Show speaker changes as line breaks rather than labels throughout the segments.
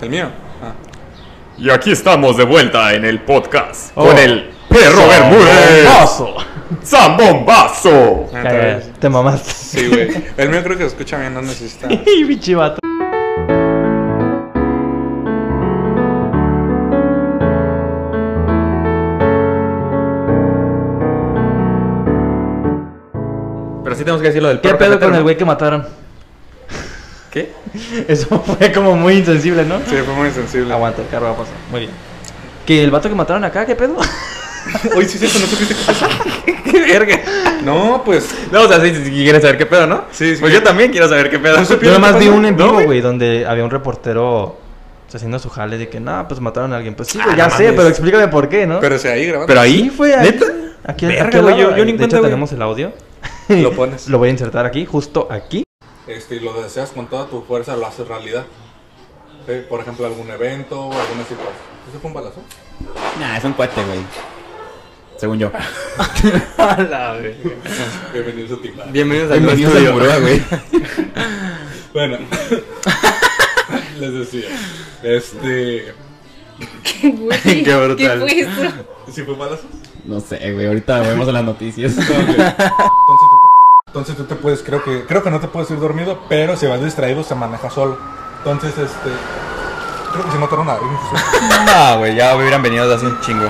¿El mío? Ah.
Y aquí estamos de vuelta en el podcast
Oh.
con el perro Bermúdez. ¡Zambombazo!
Ah,
Caga,
tal vez.
Te mamaste.
Sí, güey. El mío creo que se escucha bien, no necesita.
Pinche vato.
Pero sí tenemos que decir lo del
¿Qué
perro
pedo con
cafetero,
el güey que mataron?
¿no? ¿Qué?
Eso fue como muy insensible, ¿no?
Sí, fue muy sensible.
Aguanta, el carro va a pasar. Muy bien. ¿Que el vato que mataron acá, qué pedo?
Hoy sí es cierto, no supiste qué pasó.
¡Qué verga!
No, pues.
No, o sea, si, si quieres saber qué pedo, ¿no?
Sí, sí.
Pues yo también quiero saber qué pedo.
No supieron
Yo nomás
qué
vi
pasó?
un en
¿No,
vivo,
güey?
güey, donde había un reportero pues, haciendo su jale de que, no, pues mataron a alguien. Pues sí, güey,
Ah,
ya
no
sé,
mames.
pero explícame por qué, ¿no?
Pero se ahí grabando.
Pero ahí.
Sí, fue ahí.
¿Neta?
Aquí,
Verga,
aquí al
güey,
lado,
yo- yo ni en
De
cuenta,
hecho,
güey.
tenemos el audio.
Lo pones.
Lo voy a insertar aquí, justo aquí.
Este, y lo deseas con toda tu fuerza, lo haces realidad. Sí, Por ejemplo, algún evento o alguna situación. ¿Eso fue un balazo?
Nah, es un cuate, güey. Según yo.
Bienvenido a Tijuana.
Bienvenidos
al
Bienvenidos al
estudio.
Murúa, güey.
Bueno, les decía. Este.
Güey,
Qué brutal.
¿Qué fue eso?
¿Sí fue un balazo?
No sé, güey, ahorita vemos las noticias.
Entonces tú, te- entonces tú te puedes, creo que, creo que no te puedes ir dormido, pero si vas distraído se maneja solo. Entonces, este, creo que se mataron a alguien.
No, güey, ya hubieran venido hace un chingo.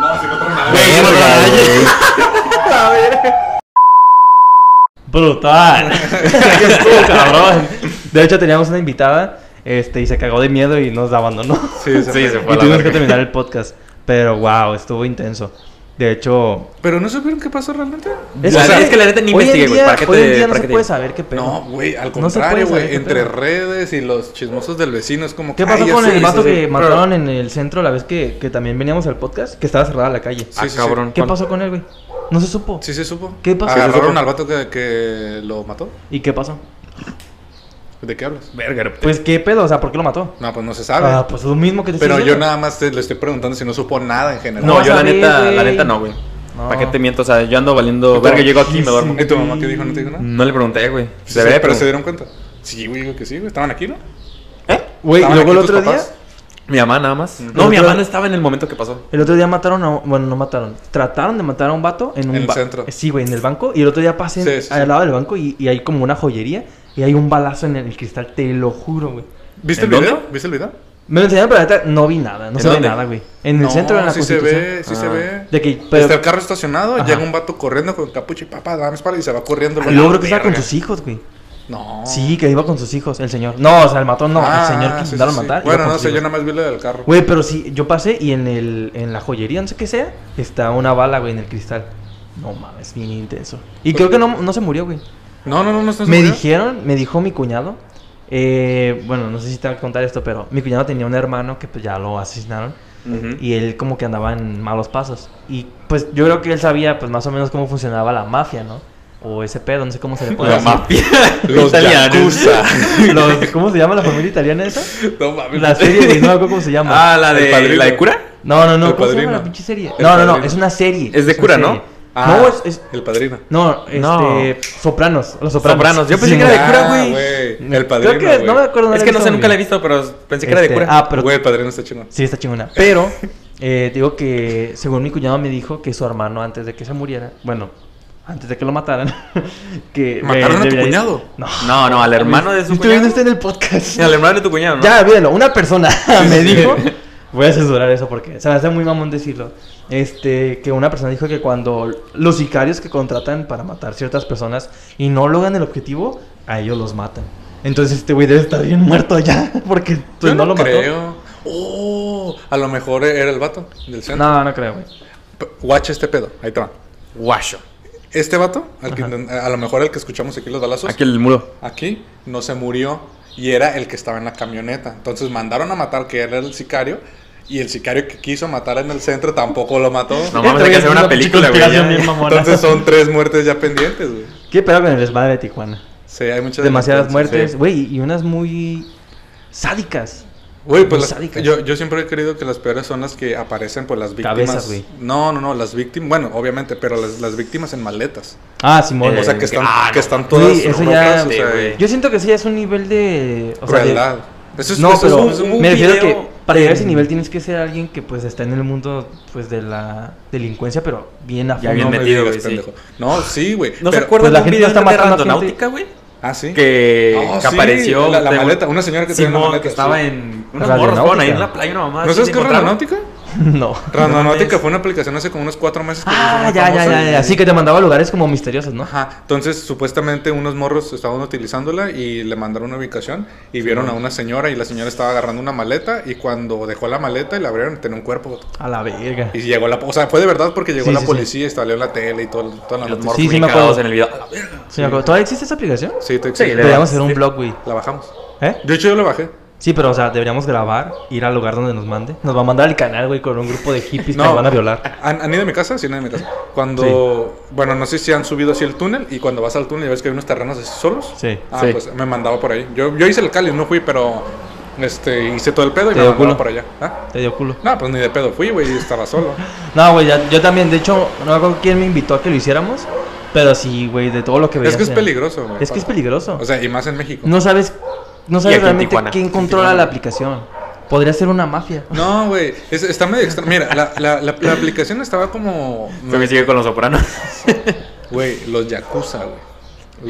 No, se mataron a
Güey,
alguien.
¡Brutal! Estuvo cabrón. De hecho, teníamos una invitada este, y se cagó de miedo y nos abandonó.
Sí,
Sí, se fue a
Y tuvimos
la
que
verga.
terminar el podcast. Pero wow, estuvo intenso. De hecho,
Pero no supieron qué pasó realmente.
O sea, es que la neta ni
hoy en
investigué, güey,
día-
¿para qué
Hoy
te-
en día no
para
se
qué te-
puede saber qué pedo.
No, güey, al
No se puede
contrario, güey.
saber qué
entre
pedo.
redes y los chismosos del vecino es como
¿Qué
"Ay,
pasó
ya
con
sé,
el
sí,
vato
sí,
que
sí".
mataron en el centro la vez que, que también veníamos al podcast? Que estaba cerrada la calle.
Sí,
Ah,
sí, sí.
cabrón.
¿Qué
¿cuál-
pasó con él, güey? No se supo.
Sí, se supo.
¿Qué pasó? Sí, se
Agarraron
supo.
al vato que, que lo mató.
¿Y qué pasó?
¿De qué hablas?
Verga,
Pues qué pedo, o sea, ¿por qué lo mató?
No, pues no se sabe.
Ah, pues lo mismo que te
pero
estoy
yo
diciendo.
nada más te, le estoy preguntando si no supo nada en general.
No,
No
yo la
sabía,
neta, la
güey.
neta no, güey.
No.
¿Para qué te miento? O sea, yo ando valiendo
¿Y
verga,
tú?
llego aquí y me duermo.
¿Y tu mamá qué dijo? ¿No te dijo nada?
No le pregunté, güey.
Sí,
Debería
pero
preguntar.
se dieron cuenta. Sí, güey, digo que sí, güey. Estaban aquí, ¿no?
¿Eh? Güey,
Estaban
luego el
aquí tus
otro día.
papás.
Mi mamá nada más.
Pero
No, mi
tú-
mamá no estaba en el momento que pasó.
El otro día mataron a. Bueno, no mataron. Trataron de matar a un vato en un.
En el
ba-
centro.
Sí, güey, en el banco. Y el otro día pasé
Sí, sí,
al
sí.
lado del banco y, y hay como una joyería. Y hay un balazo en el cristal, te lo juro, güey.
¿Viste el
¿En dónde?
video? ¿Viste el video?
Me lo enseñaron, pero la neta no vi nada. No
¿En
se ve
dónde?
nada, güey. En el centro de la
sí se
Constitución.
ve, sí se
Ah.
ve.
De que. Pero,
Está el carro estacionado,
Ajá.
llega un vato corriendo con capucha y papá, dame para y se va corriendo.
Ah,
güey.
luego creo que estaba con
Verga.
sus hijos, güey.
No.
Sí, que iba con sus hijos, el señor. No, o sea, el matón no,
Ah,
el señor que
sí, sí,
intentaron
sí.
matar. iba
Bueno,
con
no
sus
sé, yo
hijos.
nada más vi lo del carro.
Güey, pero sí, yo pasé y en, el, en la joyería, no sé qué sea, está una bala, güey, en el cristal. No mames, bien intenso. Y creo que no, no se murió, güey.
No, no, no, no. no se
Me
murió.
dijeron, me dijo mi cuñado. eh, bueno, no sé si te voy a contar esto, pero mi cuñado tenía un hermano que pues, ya lo asesinaron. Y él como que andaba en malos pasos. Y pues yo creo que él sabía pues más o menos cómo funcionaba la mafia, ¿no? O ese pedo, no sé cómo se le puede
La
decir.
mafia.
Los
italianos.
Yakuza.
Los- ¿Cómo se llama la familia italiana esa?
no mames.
La serie, güey, no me acuerdo cómo se llama.
Ah, la
El
de
padrino.
la de cura.
no, no,
El
no, ¿cómo se llama
Padrino.
la pinche serie?
El
No, no, no,
Padrino.
es una serie.
Es de
una
cura,
serie.
¿no?
Ah,
No, es, es-
El padrino.
no, este,
No.
Sopranos, los Sopranos.
Sopranos, yo pensé que era de
Ah,
güey.
cura, güey.
El padrino.
Creo que no me
güey.
acuerdo.
es
la he
que no
visto,
sé, nunca la he
güey.
visto, pero pensé que era de
Este,
cura.
Ah, pero
Güey, el padrino está chingón.
sí está chingona. Pero eh, digo que según mi cuñado me dijo que su hermano antes de que se muriera, bueno, antes de que lo mataran, que eh,
¿Mataron a tu
debería-
cuñado?
No.
No, no, al hermano de su
Estoy viendo
cuñado.
esto en el podcast.
Al hermano de tu cuñado, ¿no?
Ya, olvídalo, una persona me
sí, sí.
dijo. Voy a censurar eso porque se me hace muy mamón decirlo. Este, que una persona dijo que cuando los sicarios que contratan para matar ciertas personas y no logran el objetivo, a ellos los matan. Entonces este güey debe estar bien muerto ya porque pues,
Yo
no,
no,
lo
creo. Oh, a lo mejor era el vato del
mató.
centro.
No, no creo, güey.
P- Watch este pedo. Ahí te va.
Guacho.
Este vato, al que inten- a lo mejor el que escuchamos aquí los balazos, aquí,
Aquí el muro.
no se murió y era el que estaba en la camioneta. Entonces mandaron a matar, que era el sicario, y el sicario que quiso matar en el centro tampoco lo mató.
No mames,
Este
hay que
güey
hacer
es
una
pinche
película, güey.
conspiración
ya.
bien mamona.
Entonces son tres muertes ya pendientes, güey.
¿Qué pedo con el desmadre de Tijuana?
Sí, hay muchas
Demasiadas muertes,
sí.
güey, y unas muy sádicas.
Güey, pues
Muy
la-
sádicas.
yo, yo siempre he creído que las peores son las que aparecen por las víctimas.
Cabezas, güey.
No, no, no, las víctimas, bueno, obviamente, pero las, las víctimas en maletas.
Ah, Simón.
o sea,
güey.
que están,
ah,
que
no.
están todas
Sí, eso
rotas,
ya-
o sea,
Sí,
Yo siento que sí es un nivel de. O sea, de-
crueldad. Eso es,
no,
eso es
pero
un- es un
me refiero
video-
que para llegar a ese
en-
nivel tienes que ser alguien que pues está en el mundo pues de la delincuencia, pero bien a
Ya
fondo.
bien
no me
metido,
digas,
güey, sí.
pendejo. No, sí, güey.
¿No se
pero-
acuerdan
Pues la
de un
gente
video
está
de
matando a
Randonáutica, güey?
Ah, sí.
Que,
Oh,
que
sí,
apareció...
La, la
de-
maleta, una señora que tenía una
Simón,
maleta.
que estaba
sí.
en... Unas
Radionáutica.
morras fueron ahí en la playa, una mamá.
¿No
así,
sabes
se
qué es
encontraron.
Randonáutica?
No.
Randonáutica
mames.
fue una aplicación hace como unos cuatro meses. que se hizo
Ah,
muy
ya, ya,
famosa
ya,
y-
ya. Así que te mandaba a lugares como misteriosos, ¿no?
Ajá, entonces supuestamente unos morros estaban utilizándola y le mandaron una ubicación y vieron a una señora y la señora estaba agarrando una maleta y cuando dejó la maleta y la abrieron tenía un cuerpo
A la verga.
y llegó la, o sea, fue de verdad porque llegó
Sí,
la
sí, sí.
policía, y salió la tele y todo, toda la noticia.
Los morros
Sí, sí, me
picados
acuerdo.
en el video.
Ah,
Sí, me acuerdo. ¿Todavía existe esa aplicación?
Sí, te
Sí, le-
Deberíamos hacer un blog, güey.
la bajamos.
¿Eh?
De hecho yo la bajé.
Sí, pero o sea, deberíamos grabar, ir al lugar donde nos mande. Nos va a mandar al canal, güey, con un grupo de hippies
No.
que nos van a violar.
¿Han, han ido a mi casa? Sí, han ido a mi casa. Cuando, bueno, no sé si han subido así el túnel y cuando vas al túnel y ves que hay unos terrenos así solos.
Sí.
Ah,
Sí.
pues me mandaba por ahí. Yo, yo hice el cáliz, no fui, pero este, hice todo el pedo y
Te
me
dio
mandaba
culo.
por allá. ¿Ah?
Te dio culo.
No, pues ni de pedo fui, güey, estaba solo.
No, güey, ya- yo también. De hecho, no recuerdo quién me invitó a que lo hiciéramos. Pero sí, güey, de todo lo que veías.
es que es
en-
peligroso, güey.
Es que es peligroso.
O sea, y más en México.
No sabes, no sabes
aquí en
realmente
Tijuana.
quién
En
controla
Tijuana.
la aplicación. Podría ser una mafia.
No, güey, es- está medio extraño. Mira, la, la, la, la aplicación estaba como...
Fue que Este sigue con los sopranos.
Güey, los Yakuza, güey.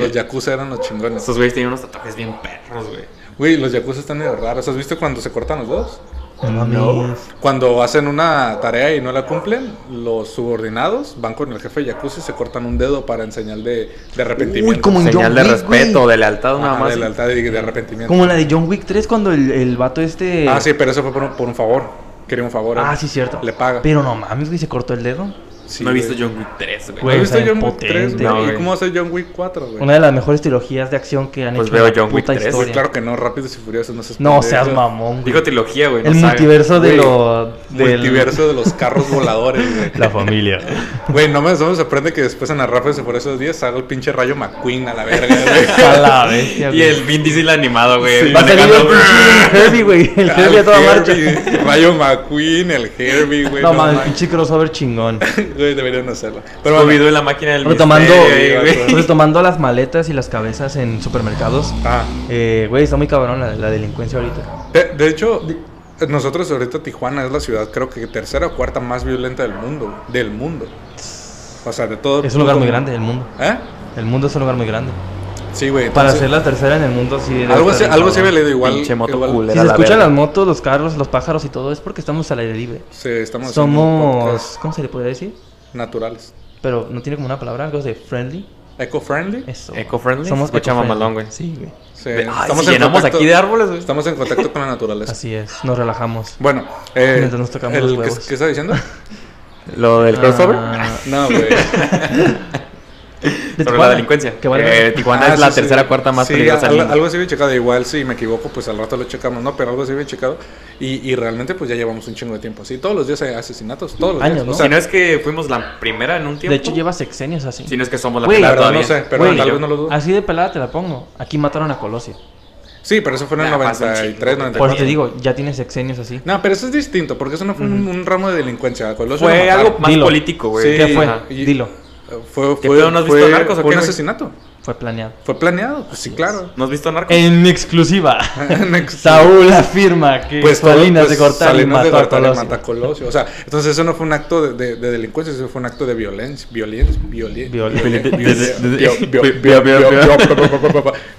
Los Yakuza eran los chingones.
Estos güeyes tienen unos tatuajes bien perros, güey.
Güey, los Yakuza están medio raros. ¿Has visto cuando se cortan los dedos?
No mames.
Cuando hacen una tarea y no la cumplen, los subordinados van con el jefe Yakuza y se cortan un dedo para en señal de, de arrepentimiento.
Uy, como en
Señal
John
de
Wick,
respeto,
güey.
de lealtad,
Ajá,
nada más.
Ah, de lealtad y de arrepentimiento.
Como eh, la de John Wick 3 cuando el, el vato este.
Ah, sí, pero eso fue por un, por un favor. Quería un favor.
Ah,
eh.
sí, cierto.
Le paga.
Pero no mames, güey, se cortó el dedo.
Sí,
No he
güey.
visto John Wick 3, güey.
Güey,
¿Has
o
visto
sea,
John Wick
impotente,
3, güey?
no,
¿Y
güey.
cómo hace John Wick 4, güey?
Una de las mejores trilogías de acción que han
Pues
hecho
veo
en la
John Wick
puta
3.
Pues
historia.
claro que no, Rápidos y Furiosos no se
No seas mamón, güey.
Dijo trilogía, güey. no
el
sabe.
multiverso de
Güey,
lo. del-
Multiverso de los carros voladores, güey.
La familia.
Güey, no me, no me sorprende que después en las Rápidos y Furiosos 10 salga el pinche Rayo McQueen a la verga,
A
güey.
la bestia,
Y el Vin Diesel animado, güey.
Sí.
Va a salir el
manejando.
pinche Herbie, güey. El Herbie a
Ah, El
toda marcha.
Herbie, Rayo McQueen, el Herbie, güey.
No mames, pinche crossover chingón.
Güey, deberían hacerlo. Pero
Pero
bueno,
olvidó la máquina del
Retomando,
misterio, ahí, güey.
retomando pues las maletas y las cabezas en supermercados.
ah,
Eh, güey, está muy cabrón la, la delincuencia ahorita.
de, de hecho, nosotros ahorita Tijuana es la ciudad, creo que tercera o cuarta más violenta del mundo, güey, del mundo. O sea, de todo.
Es un lugar
todo
muy
el-
grande el mundo.
¿Eh?
El mundo es un lugar muy grande.
Sí, güey.
Para
entonces-
ser la tercera en el mundo, sí. debe
Algo así,
estar bien
algo así
cabrón.
había leído igual.
Pinche moto
igual-
culera.
Si
a
se
la
escuchan
verga.
las motos, los carros, los pájaros y todo, es porque estamos al aire libre.
Sí, estamos haciendo un
Somos.
podcast
¿Cómo se le podría decir?
naturales.
Pero no tiene como una palabra, algo de friendly.
Eco-friendly.
Eso.
Eco-friendly. Somos eco
eco-friendly.
mamalón, güey.
Sí, güey.
Sí,
Ay, si llenamos
contacto-
aquí de árboles, güey.
Estamos en contacto con la naturaleza.
Así es, nos relajamos.
Bueno, eh,
Mientras nos tocamos
el-
los
¿qué-
huevos.
¿qué, está diciendo?
Lo del crossover.
Ah,
No, güey.
de
Sobre
Tijuana,
la delincuencia.
Que vale.
Eh, Tijuana
Ah,
es la
sí, sí.
tercera cuarta más
sí,
peligrosa. del
al-
mundo.
algo así bien checado. Igual, si me equivoco, pues al rato lo checamos, ¿no? Pero algo así bien checado. Y, y realmente, pues ya llevamos un chingo de tiempo. Sí, todos los días hay asesinatos. Todos los
Años,
días.
¿no?
O
Si
sea,
no es que fuimos la primera en un tiempo.
de hecho, lleva sexenios así.
Si no es que somos la
Güey,
primera
la verdad
todavía.
no sé, pero
Güey,
tal
yo-
vez no lo dudo.
Así de pelada te la pongo. Aquí mataron a Colosio.
Sí, pero eso fue en el
Ya, pasa un chingo,
93,
güey.
94.
Por eso te digo, ya tiene sexenios así.
No, pero eso es distinto, porque eso no fue un, un ramo de delincuencia. Colosio lo
Fue
mataron.
algo más
Dilo.
político, güey.
Sí.
¿Qué fue?
ajá. Y-
Dilo.
Fue,
¿Qué
fue-
pedo, no has visto
fue-
Narcos o
fue
qué,
un
güey?
asesinato.
Fue planeado.
Fue planeado, pues sí, claro.
¿No has visto Narcos?
En exclusiva.
Next.
Saúl afirma que
Pues todo-
Salinas
pues,
de Gortari
Salinas de
mató a
Gortari
Colosio.
mata a Colosio. O sea, entonces eso no fue un acto de, de- de delincuencia, eso fue un acto de violencia. Violencia. Violencia.
Viol-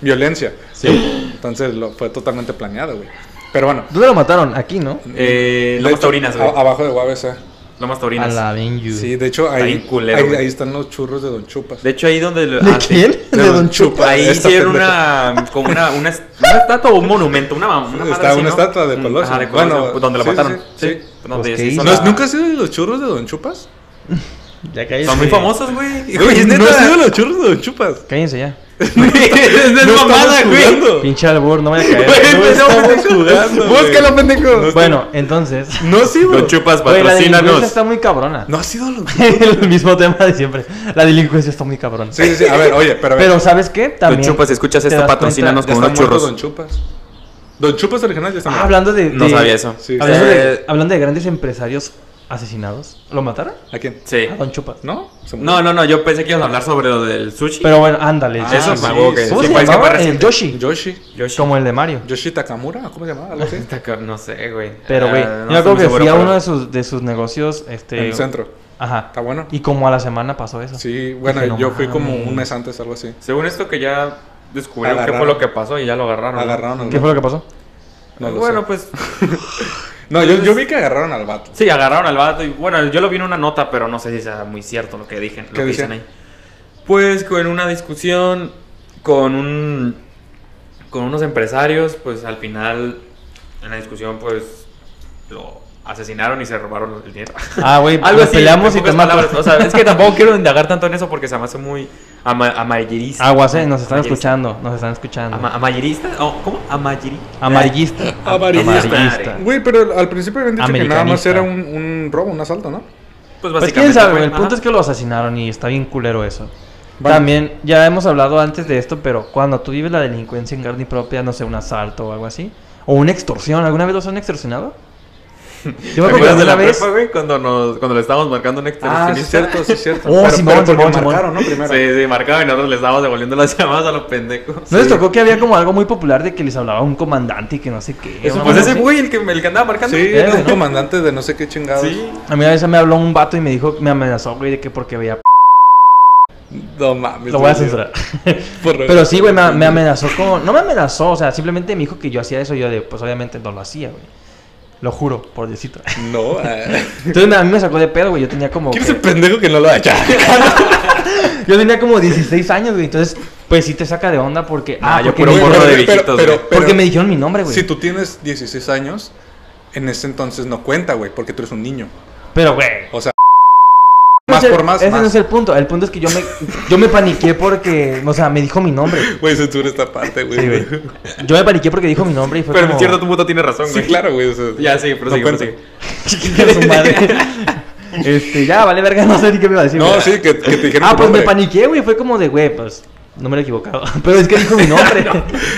Violencia. Entonces lo- fue totalmente planeado, güey. Pero bueno.
¿Dónde lo mataron? Aquí, ¿no?
Eh,
de
Lomas
hecho,
Taurinas, güey.
a- Abajo de Guavesa.
Lomas
A
Taurinas.
la Benju.
Sí, de hecho
Está
ahí,
bien culero,
ahí-
güey.
ahí están los churros de Don Chupas.
De hecho, ahí donde. ¿De
Ah,
quién?
De Don Chupas.
Ahí
Esta
hicieron
pendeja.
una. Como una. Una, est- una estatua o un monumento. Una, mam- una madre
Está
así,
una
¿no?
estatua de
Mm,
Colosio.
Ajá, de
Bueno,
Colosio. donde la
sí, sí,
mataron.
sí, sí.
Donde
Pues,
se
¿qué
hizo
hizo?
¿No
la-
has- ¿Nunca has ido de los churros de Don Chupas?
Ya cállense.
Son muy famosos, güey. Güey,
Güey,
es
¿No
neta.
has ido de los churros de Don Chupas?
Cállense ya.
Es
No estamos
mamada, güey.
jugando.
Pinche albur, no me voy a caer.
Güey, no estamos jugando, güey.
Búscalo, pendejo. No
Bueno, entonces.
No has ido.
Don Chupas,
Güey, la delincuencia
patrocínanos.
está muy cabrona.
No has ido a los.
El mismo tema de siempre. La delincuencia está muy cabrona.
Sí, sí, sí. A ver, oye, pero. a ver,
Pero ¿sabes qué? También
Chupas, si escuchas
te
esto,
das
patrocínanos
ya
con
está
unos
muerto
churros.
Don Chupas.
cuenta-
Don Chupas original ya está
Ah,
muerto.
hablando de.
No
de-
sabía eso.
Sí.
Hablando, de,
Eh,
hablando de grandes empresarios asesinados. ¿Lo mataron?
¿A quién?
Sí.
A Don Chupas.
¿No? ¿Se murió?
No, no, no, yo pensé que ibas a hablar sobre lo del sushi.
Pero bueno, ándale.
Ah,
Eso
sí,
me acuerdo que
sí.
¿Cómo
sí,
se
parece que fue
llamaba? El
reciente.
Yoshi.
Yoshi.
Yoshi.
Como el de Mario.
Yoshi Takamura, ¿cómo se llama? Algo así.
Esta ca- No sé, güey.
Pero, güey,
Ah,
yo
no
me
estoy
acuerdo
muy
que fui
seguro,
a
pero-
uno de sus, de sus negocios. Este,
En el centro.
Ajá.
Está bueno.
Y como a la semana pasó eso.
Sí, bueno,
Dije, no
yo fui como
mames.
un mes antes, algo así.
Según esto que ya descubrieron qué
Agarraron.
fue lo que pasó y ya lo agarraron. ¿no?
Agarraron al
¿Qué fue pues, lo que pasó?
No lo
bueno,
sé.
pues
No, yo, yo vi que agarraron al vato.
sí, agarraron al vato. Y, bueno, yo lo vi en una nota, pero no sé si sea muy cierto lo que, dije, lo
¿Qué
que
dice?
dicen ahí. Pues con una discusión con un con unos empresarios, pues al final en la discusión pues lo asesinaron y se robaron el dinero.
Ah, güey,
Algo
nos
así.
peleamos y
en
te
pocas
mato.
palabras. O sea, es que tampoco quiero indagar tanto en eso porque se me hace muy ama amarillista.
Aguas, eh, nos están
Amarillista.
escuchando, nos están escuchando.
Ama- ¿Amarillista? Oh, ¿Cómo? Amarillista.
amarillista.
Amarillista.
Amarillista.
Güey, pero al principio habían dicho que nada más
Ah. Americanista.
era un, un robo, un asalto, ¿no?
Pues
Pues
básicamente.
quién sabe,
fue-
el punto
ajá.
es que lo asesinaron y está bien culero eso.
Vale.
También, ya hemos hablado antes de esto, pero cuando tú vives la delincuencia en carne propia, no sé, un asalto o algo así, o una extorsión, ¿alguna vez los han extorsionado? Yo me
¿Te
acuerdo que
acuerdas de
una
la
vez.
prepa, güey? Cuando, nos, cuando le estábamos marcando un
Ah, sí,
extorsionista.
cierto, sí, cierto.
Oh,
pero,
Simón,
pero porque
Simón, Simón.
marcaron, ¿no? Primero.
Sí, sí, marcaba y nosotros le estábamos devolviendo las llamadas a los pendejos.
¿No les tocó que había como algo muy popular de que les hablaba un comandante y que no sé qué? una
Pues
madre
ese
así?
güey, el que, el que andaba marcando.
Sí, era un
¿no?
comandante de no sé qué chingados.
Sí.
A mí una vez me habló un vato y me dijo, me amenazó, güey, de que porque veía. p-
No mames.
Lo voy a
güey.
censurar.
Por-
Pero sí, güey, me, me amenazó con... No me amenazó, o sea, simplemente me dijo que yo hacía eso. y Yo de, pues obviamente no lo hacía, güey. Lo juro, por Diosito.
No. eh.
Entonces me- a mí me sacó de pedo, güey. Yo tenía como...
¿Quién es
que-
el pendejo que no lo ha hecho?
Yo tenía como 16 años, güey. Entonces, pues sí te saca de onda porque...
Ah, yo
porque,
puro
me,
morro
dijeron-
de
Pero-
viejitos,
pero-
güey.
porque me dijeron mi nombre, güey.
Si tú tienes 16 años, en ese entonces no cuenta, güey, porque tú eres un niño.
Pero, güey...
O sea,
no es
más
el-
por más,
Ese
más.
no es el punto. El punto es que yo me, yo me paniqué porque... O sea, me dijo mi nombre.
Güey, censura esta parte, güey.
Sí, güey. Yo me paniqué porque dijo mi nombre y fue
Pero
como...
en cierto tu puto tiene razón,
Sí,
güey.
claro, güey. o sea,
Ya, sí, prosigue,
no cuenta.
prosigue.
Chinga su madre. Este, ya, vale verga, no sé ni qué me iba a decir.
No,
güey.
sí, que, que te dijeron
Ah,
tu
pues me
nombre.
paniqué, güey. Fue como de, güey, pues no me lo he equivocado. Pero es que dijo mi nombre.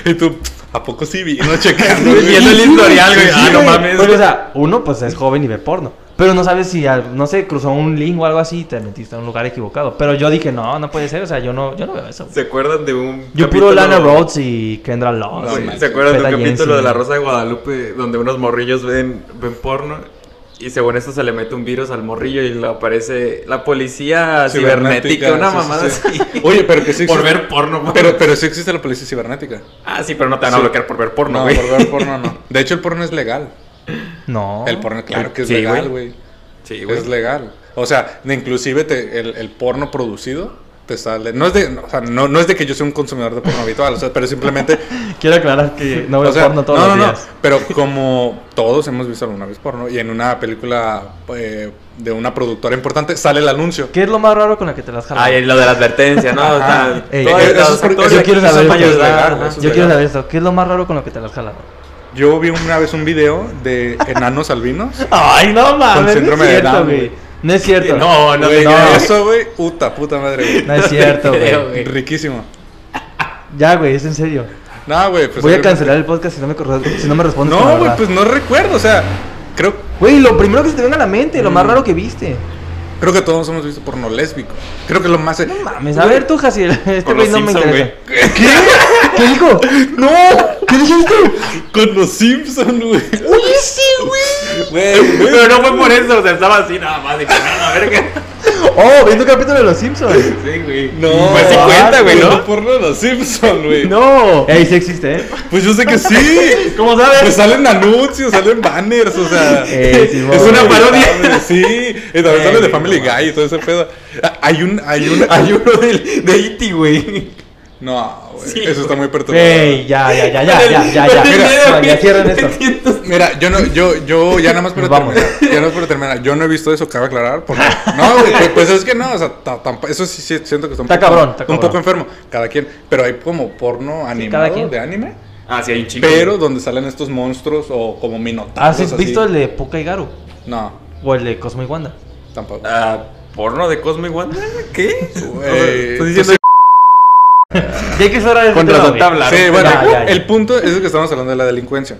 Y tú, ¿a poco sí vi? No checando,
Sí,
güey.
viendo el historial, güey. Ah, no
güey.
mames.
Porque, o sea, uno pues es joven y ve porno. Pero no sabes si, al- no sé, cruzó un link o algo así y te metiste en un lugar equivocado. Pero yo dije, no, no puede ser. O sea, yo no, yo no veo eso. güey.
¿Se acuerdan de un.
Yo puro
capítulo-
Lana Rhodes y Kendra Law.
Sí,
Oh, manches.
¿Se acuerdan de
Feta
un capítulo
Jensen.
de La Rosa de Guadalupe donde unos morrillos ven, ven porno? Y según esto se le mete un virus al morrillo y le aparece la policía cibernética,
Cibernética,
una
sí, sí,
mamada
sí.
así.
Oye, pero que sí
Por
existe-
ver porno, güey.
Pero, pero sí existe la policía cibernética.
Ah, sí, pero no te van a
Sí.
bloquear por ver porno,
no,
güey.
por ver porno no. De hecho, el porno es legal.
No.
El porno, claro que es
Sí,
legal,
güey.
güey.
Sí, güey.
Es legal. O sea, de- inclusive te- el, el porno producido te sale. No es de, no, o sea, no, no es de que yo sea un consumidor de porno habitual, o sea, pero simplemente.
Quiero aclarar que no veo
o sea,
porno todos
no,
los
no, no,
días.
Pero como todos hemos visto alguna vez porno, y en una película eh, de una productora importante sale el anuncio.
¿Qué es lo más raro con la que te las jalas?
Ah, y lo de la advertencia, ¿no? O sea,
Ajá.
Ey,
todo
eh,
esto,
eso es porque-
todo
eso
yo
esto
quiero
es
saber,
para
eso es
ayudar,
legal,
ajá.
eso es
Yo quiero
legal.
saber esto. ¿Qué es lo más raro con lo que te las jalas?
Yo vi una vez un video de enanos albinos.
Ay, no
Con
mames. No es
síndrome de
cierto,
Down,
güey.
güey.
No es cierto.
No, no,
Güey,
no.
Eso, güey, puta, puta madre,
No es cierto,
creo,
güey.
güey.
güey. Riquísimo.
Ya, güey, es en serio.
No, güey, pues.
Voy a cancelar el podcast si no me, corre- si no me respondes. con la
No, güey,
verdad.
pues no recuerdo, o sea, creo,
Güey, lo primero que se te venga a la mente, lo más raro que viste.
creo que todos hemos visto porno lésbico. Creo que lo más.
No mames, a ver tú, Jaciel. Este
Con
güey
los
no me
Simpson,
interesa.
güey.
¿Qué? ¿Qué dijo? ¡No! ¿Qué este? dijiste?
Con los Simpson, güey.
¡Oye, sí, güey!
Güey, güey.
Pero no fue por eso, o sea, estaba así nada más. Y, a ver qué.
Oh, viendo un capítulo de los Simpsons.
Sí, güey.
No,
Pues sí cuenta, güey, ¿no?
porno de los Simpson, güey.
No. Ey, sí existe, ¿eh?
Pues yo sé que sí.
¿Cómo
Pues
sabes?
salen anuncios, salen banners, o sea.
Ey, sí,
es una
güey.
parodia. Sí, y también
Ey,
sale de
no
Family
mames.
Guy y todo ese pedo. Ah, Hay un, hay un,
Hay uno del-
E
de Iti, güey.
No, güey,
Sí,
eso está muy perturbador.
Ey, ya, ya, ya, ya, ya, ya, ya. Mira, ya cierren esto.
Mira, yo no, yo, yo, ya nada más para
Nos vamos.
terminar, ya nada más para terminar, yo no he visto eso, cabe aclarar, porque, no, güey, pues, pues es que no, o sea, ta- tampa- eso sí, sí siento que está un,
Está
poco,
cabrón, está
un poco
cabrón.
enfermo, cada quien, pero hay como porno animado
cada quien.
de anime,
Ah, sí, hay un chingo.
pero donde salen estos monstruos o como minotauros
¿Has visto el de Poca y Garu?
No,
¿O el de Cosmo y Wanda?
tampoco.
Ah, ¿Porno de Cosmo y Wanda? ¿Qué?
Güey,
Estás diciendo
Ya que es hora de
Con
este tema,
razón
güey.
te hablaron.
Sí,
Claro,
bueno,
ya, ya, ya.
el punto es que estamos hablando de la delincuencia.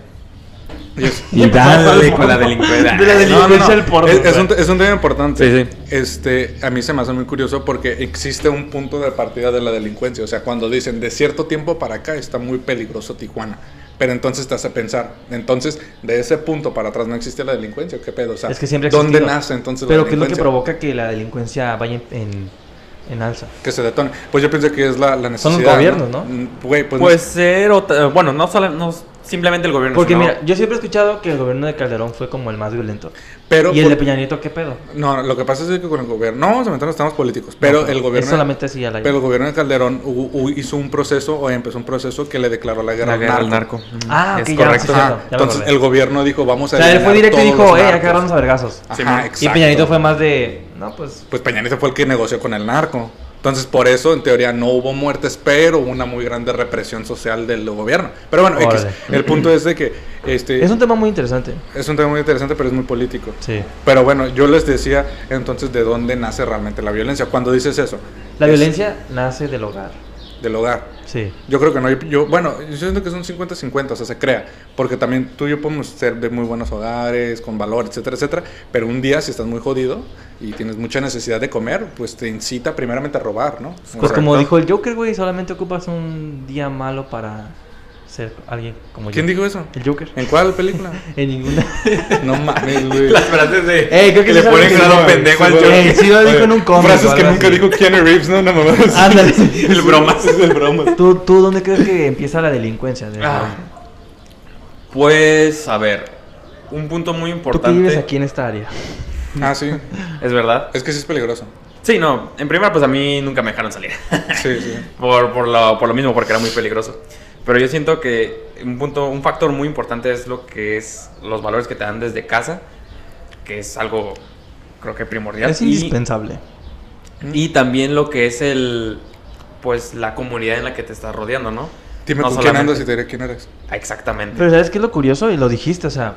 Y es-
Y dale con la
De la
delincuencia.
delincuencia al porno.
Es, es un,
güey.
es un tema importante.
Sí,
Este, a mí se me hace muy curioso porque existe un punto de partida de la delincuencia. O sea, cuando dicen de cierto tiempo para acá está muy peligroso Tijuana. Pero entonces te hace pensar. Entonces, de ese punto para atrás no existe la delincuencia. ¿Qué pedo? O sea,
Es que siempre ha
¿dónde
existido.
nace entonces
Pero
la
¿qué es lo que
delincuencia?
provoca que la delincuencia vaya en, en, en alza?
que se detone. Pues yo pienso que es la, la
Son
necesidad.
los gobiernos, ¿no?
Mm, Güey, pues,
Puede ser, otra- eh, bueno, no, sola- no simplemente el gobierno.
Porque
sino-
mira, yo siempre he escuchado que el gobierno de Calderón fue como el más violento.
pero
y el de
por-
Peña Nieto, ¿qué pedo?
No, lo que pasa es que con el gobierno. No, vamos a meternos en temas políticos. Pero
No, pues,
el gobierno.
Es solamente así al aire.
Pero el gobierno de Calderón hu- hu- hizo un proceso o empezó un proceso que le declaró la guerra,
la guerra
al
al
narco.
narco.
Ah,
Es
ok, ya,
correcto.
sí,
Ajá,
cierto, ya me
entonces
acordé.
el gobierno dijo, vamos
o
a
sea, él fue
eliminar
directo y
todos
dijo,
los
eh,
narcos".
agarramos a vergazos.
Ajá,
Y
exacto.
Peña Nieto fue más de, no, pues,
Pues Peña Nieto fue el que negoció con el narco. Entonces, por eso, en teoría, no hubo muertes, pero hubo una muy grande represión social del gobierno. Pero bueno, X,
Órale.
el punto es de que este,
es un tema muy interesante.
es un tema muy interesante, pero es muy político.
Sí.
Pero bueno, yo les decía entonces de dónde nace realmente la violencia. Cuando dices eso,
La
Es-
violencia nace del hogar.
del hogar.
Sí.
Yo creo que no. Yo, yo- bueno, yo siento que es un 50-50, o sea, se crea. Porque también tú y yo podemos ser de muy buenos hogares, con valor, etcétera, etcétera. Pero un día, si estás muy jodido y tienes mucha necesidad de comer, pues te incita primeramente a robar, ¿no?
Pues como dijo el Joker, güey, solamente ocupas un día malo para ser alguien como yo.
¿Quién dijo eso?
El Joker.
¿En cuál película?
En ninguna.
No mames, güey.
Las frases de.
Ey, creo que
le
sí
ponen
saben
claro
que sí,
pendejo
güey.
al
Sí,
Joker.
güey, sí lo dijo en un cómic.
Frases
o
que
algo
nunca
así.
dijo Keanu Reeves, ¿no? No mames.
Ándale.
El bromas.
Es el broma.
¿Tú, ¿Tú dónde crees que empieza la delincuencia? De-
Ah, Pues, a ver. Un punto muy
¿Tú que vives
importante.
aquí en esta área?
Ah, sí.
Es verdad.
Es que sí es peligroso.
Sí, no. En primera, pues a mí nunca me dejaron salir.
Sí, sí.
por, por, lo, por lo mismo, porque era muy peligroso. Pero yo siento que un punto, un factor muy importante es lo que es los valores que te dan desde casa, que es algo creo que primordial.
Es
Y-
indispensable.
Y también lo que es el pues la comunidad en la que te estás rodeando, ¿no?
Dime
No
con quién
solamente-
andas y te diré quién eres.
Ah, Exactamente.
Pero ¿sabes qué es lo curioso? Y lo dijiste, o sea,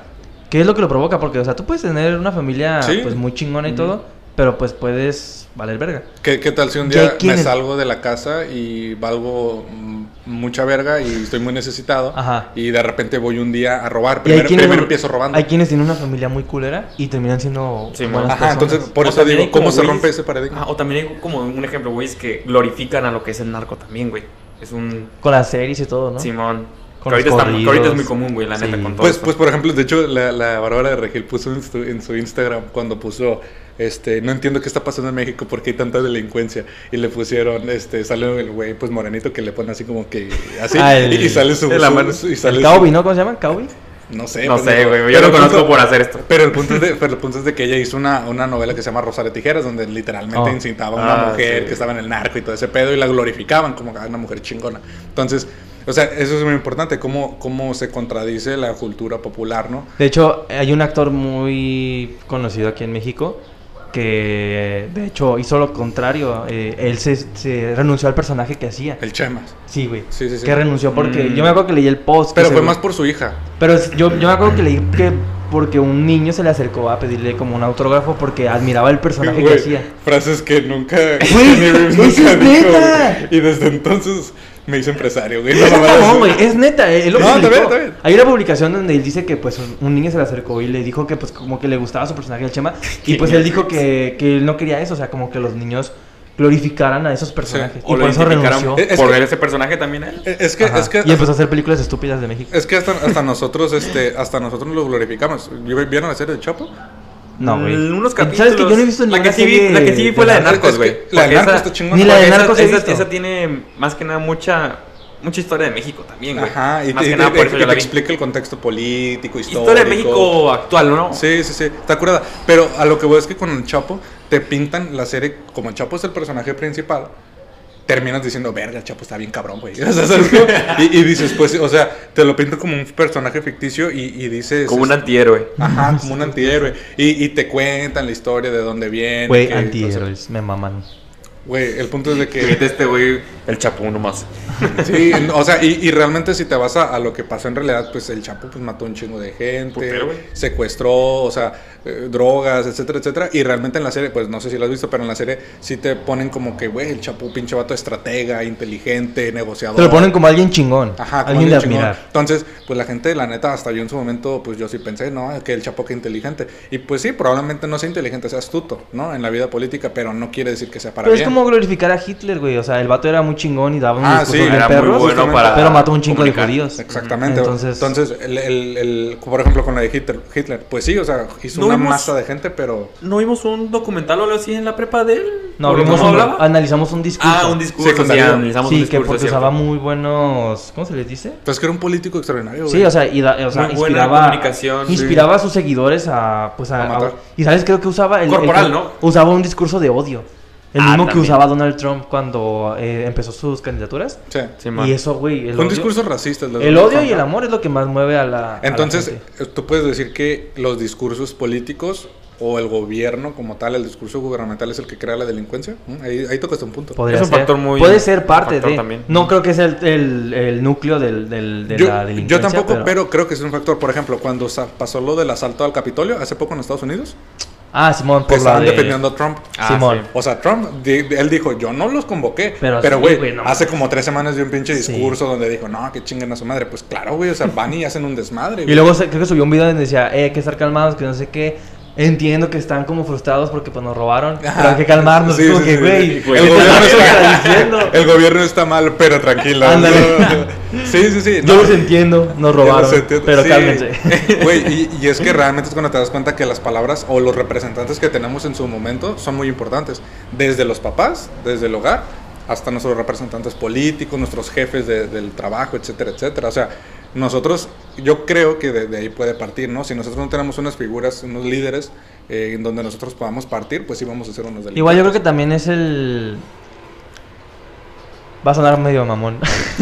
¿qué es lo que lo provoca? Porque, o sea, tú puedes tener una familia
Sí.
pues muy chingona y todo, pero pues puedes valer verga.
¿Qué, qué tal si un
Ya hay
día me
quienes-
salgo de la casa y valgo mm, mucha verga y estoy muy necesitado?
Ajá.
Y de repente voy un día a robar.
Y hay
Primero, primero empiezo robando.
Hay quienes tienen una familia muy culera y terminan siendo
Sí,
buenas
Ajá,
personas.
entonces por
O
eso
también
digo,
hay como
¿cómo se
güeyes-
rompe ese paradigma?
Ah, o también hay como un ejemplo, güey, es que glorifican a lo que es el narco también, güey. Es un
Con las series y todo, ¿no?
Simón.
Con
Que ahorita,
los
está- que ahorita es muy
corridos.
común, güey, la neta,
Sí.
con todo
Pues,
esto.
pues, por ejemplo, de hecho, la, la Bárbara de Regil puso en su, en su Instagram cuando puso, este, no entiendo qué está pasando en México, porque hay tanta delincuencia. Y le pusieron, este, sale el güey, pues morenito, que le pone así como que, así,
Ah, el-
y, y sale su...
de la
su-
mano.
su- y sale
El
su-
Caubi, ¿no? ¿Cómo se llama? ¿Caubi?
No sé.
No sé,
pendejo.
güey, yo
Pero
lo
el
conozco
punto-
por hacer esto.
Pero el punto es de, pero el punto es de que ella hizo una, una novela que se llama Rosario Tijeras, donde literalmente
Oh.
incitaba a una
Ah,
mujer
sí.
que estaba en el narco y todo ese pedo y la glorificaban como que, "Ah, una mujer chingona. Entonces, o sea, eso es muy importante, cómo, cómo se contradice la cultura popular, ¿no?
De hecho, hay un actor muy conocido aquí en México que, de hecho, hizo lo contrario. Eh, él se, se renunció al personaje que hacía.
El Chemas.
Sí, güey.
Sí, sí, sí.
Que renunció porque
Mm.
yo me acuerdo que leí el post. que
Pero
se-
fue más por su hija.
Pero es- yo, yo me acuerdo que leí que porque un niño se le acercó a pedirle como un autógrafo porque admiraba el personaje que
Güey,
hacía.
Frases que nunca.
Güey,
Kenny Reeves
eso es
nunca dijo,
neta.
güey. Y desde entonces me hice empresario, güey.
Es cabrón, güey, es neta, eh, él lo
No, está
publicó.
bien, está bien.
Hay una publicación donde él dice que pues un, un niño se le acercó y le dijo que pues como que le gustaba su personaje el Chema y pues él dijo que, que él no quería eso, o sea, como que los niños glorificaran a esos personajes
o
y
lo
por eso
identificaron
renunció.
Eh, es
por
que-
ver ese personaje también a él.
Eh, Es que,
Ajá.
es que Eh,
y empezó a hacer películas estúpidas de México.
Es que hasta, hasta nosotros, este, hasta nosotros lo glorificamos. ¿Yo- ¿Vieron la serie de Chapo?
No, güey.
Mm, Unos
¿Sabes
capítulos.
que yo no he visto
la que
ninguna
sí vi,
serie
La que sí vi fue la de Narcos,
Es que
güey.
la de
Porque
Narcos
esa-
está chingona.
Ni la de
Esa-
Narcos he
esa,
visto.
esa tiene más que nada mucha mucha historia de México también, güey.
Ajá, y
más
te,
que
y
nada
te-
por eso
y
yo
te
la vi.
explica el contexto político, histórico.
Historia de México actual, ¿no?
Sí, sí, sí, está curada. Pero a lo que voy es que con el Chapo te pintan la serie, como el Chapo es el personaje principal, terminas diciendo, verga, el Chapo está bien cabrón, güey. O sea, ¿sabes qué? y, y dices, pues, o sea, te lo pintan como un personaje ficticio y, y dices...
Como un
este,
antihéroe.
Ajá, como un antihéroe. Y, y te cuentan la historia de dónde viene.
Güey,
qué- pues, o sea,
antihéroes, me maman.
Güey, el punto es de que...
Fíjate este güey El Chapo, uno más.
Sí, en- o sea, y, y realmente si te vas a, a lo que pasó en realidad, pues el Chapo pues mató un chingo de gente,
Putero, güey.
secuestró, o sea, eh, drogas, etcétera, etcétera. Y realmente en la serie, pues no sé si lo has visto, pero en la serie sí te ponen como que, güey, el Chapo, pinche vato estratega, inteligente, negociador.
Te lo ponen como alguien chingón.
Ajá, como
alguien de
chingón.
admirar.
Entonces, pues la gente, la neta, hasta yo en su momento, pues yo sí pensé, ¿no? Que el Chapo que inteligente. Y pues sí, probablemente no sea inteligente, sea astuto, ¿no? En la vida política, pero no quiere decir que sea para
Pero es
bien.
como glorificar a Hitler, güey. O sea, el vato era muy chingón y daba unos
Ah,
discursos
sí,
bien
Era muy
perros,
bueno para.
pero mató un chingo
comunicar.
de judíos.
Exactamente.
Entonces-
Entonces, el, el- el- por ejemplo, con la de Hitler, Hitler, pues sí, o sea, hizo
No
una
vimos-
masa de gente, pero
¿No vimos un documental o algo así en la prepa de él?
No,
¿O
vimos
cómo
un-
hablaba?
analizamos un discurso.
Ah, un discurso. Sí,
Secundario.
analizamos un
Sí, que
discurso,
porque
es cierto.
usaba muy buenos... ¿Cómo se les dice?
pues que era un político extraordinario.
Sí, o sea, y da- o sea,
Muy buena
inspiraba,
comunicación, sí.
inspiraba a sus seguidores a, pues a,
A matar.
a- y sabes creo que usaba el
Corporal,
el-
¿no?
Usaba un discurso de odio, el
Ah,
mismo que
también.
usaba Donald Trump cuando eh, empezó sus candidaturas.
Sí.
Sí, man.
Y eso, güey, el
Fue un
odio-
discurso racista. de
el
Donald
odio
Trump,
y el
¿no?
amor es lo que más mueve a la. a la
Entonces,
gente.
eh, tú puedes decir que los discursos políticos o el gobierno como tal, el discurso gubernamental es el que crea la delincuencia. ¿Mm? Ahí, ahí tocaste un punto.
Podría
es un
ser.
factor muy-
Puede ser parte
factor
de.
también.
No creo que sea el, el- el núcleo del, del- de
yo,
la
yo
delincuencia.
tampoco, pero... creo que es un factor. Por ejemplo, cuando sa- pasó lo del asalto al Capitolio hace poco en Estados Unidos,
Ah, Simón,
que
por la
estaban
de.
defendiendo a Trump.
Ah,
Simón.
sí.
O sea, Trump, di- di- él dijo, yo no los convoqué.
Pero
Pero,
sí,
güey,
güey, no
hace
mames.
como tres semanas dio un pinche
Sí.
discurso donde dijo, no, que chinguen a su madre. Pues claro, güey, o sea, van y hacen un desmadre.
Y
güey.
luego se- creo que subió un video donde decía, eh, hay que estar calmados, que no sé qué. Entiendo que están como frustrados porque pues nos robaron, pero hay que calmarnos.
Sí,
Es como
sí,
que,
sí,
güey,
sí. Eh, El
¿qué
gobierno
estás
está-
diciendo?
El gobierno está mal, pero tranquilo.
Ándale.
Sí, sí, sí.
Yo
no.
los entiendo, nos
Ya
robaron,
los entiendo.
pero
Sí.
cálmense.
Güey, y, y es que realmente es cuando te das cuenta que las palabras o los representantes que tenemos en su momento son muy importantes. Desde los papás, desde el hogar, hasta nuestros representantes políticos, nuestros jefes de- del trabajo, etcétera, etcétera. O sea, nosotros, yo creo que de, de ahí puede partir, ¿no? Si nosotros no tenemos unas figuras, unos líderes eh, en donde nosotros podamos partir, pues sí vamos a ser unos delincuentes.
Igual yo creo que también es el... Va a sonar medio mamón.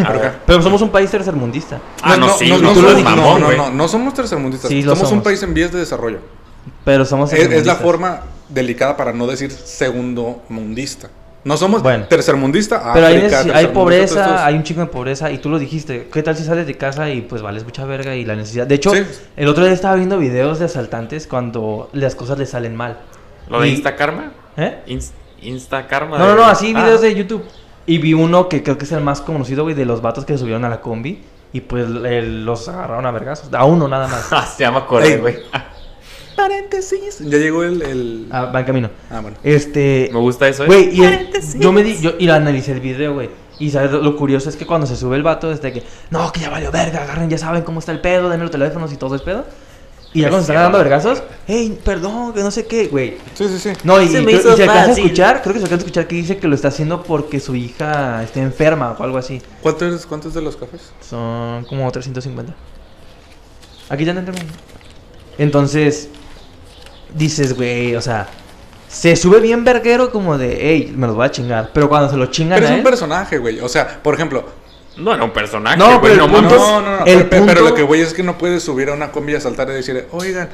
pero somos un país tercermundista.
Ah, no, sí,
no,
no,
no,
tú lo
somos-
dijiste,
no, no,
güey.
no, no somos tercermundistas.
Sí, lo
somos un
somos.
país en vías de desarrollo.
Pero somos
Es, es la
tercermundistas.
forma delicada para no decir segundo mundista. No somos
Bueno.
tercermundista.
Pero hay,
África,
necesi- hay
tercermundista, todo esto es-
pobreza, hay un chingo de pobreza, y tú lo dijiste, ¿qué tal si sales de casa y pues vales mucha verga y la necesidad? De hecho,
Sí.
el otro día estaba viendo videos de asaltantes cuando las cosas les salen mal.
¿Lo de
Y-
Instacarma?
¿Eh?
Inst- Instacarma.
No, no,
de-
no, así
Ah.
videos de YouTube. Y vi uno que creo que es el más conocido, güey, de los vatos que subieron a la combi y pues eh, los agarraron a vergazos. A uno nada más.
Ah, se llama Corre,
Ey.
güey.
Paréntesis. Ya llegó el. el-
Ah, va en camino.
Ah, bueno.
Este.
Me gusta eso, ¿eh?
Güey, y el- yo me di, yo, y la analicé el video, güey. Y sabes, lo, lo curioso es que cuando se sube el vato, es de que, no, que ya valió verga, agarren, ya saben cómo está el pedo, denme los teléfonos y todo es pedo. Y ya cuando se están dando vergazos, hey, perdón, que no sé qué, güey.
Sí, sí, sí.
No, y,
Se
y
me
creo-
hizo
y se alcanza a
fácil.
escuchar, creo que se alcanza a escuchar que dice que lo está haciendo porque su hija está enferma o algo así.
¿Cuántos, cuántos de los cafés?
Son como 350. Aquí ya no tengo. Entonces, dices, güey, o sea, se sube bien verguero como de, hey, me los voy a chingar. Pero cuando se lo chingan
Pero
a
es un
él-
personaje, güey. O sea, por ejemplo.
No era un personaje,
No,
güey,
pero el
no
punto
mames.
es-
No, no, no.
el
pe- pe- Pero,
punto-
lo que voy es que no puedes subir a una combi y asaltar y decir, oigan,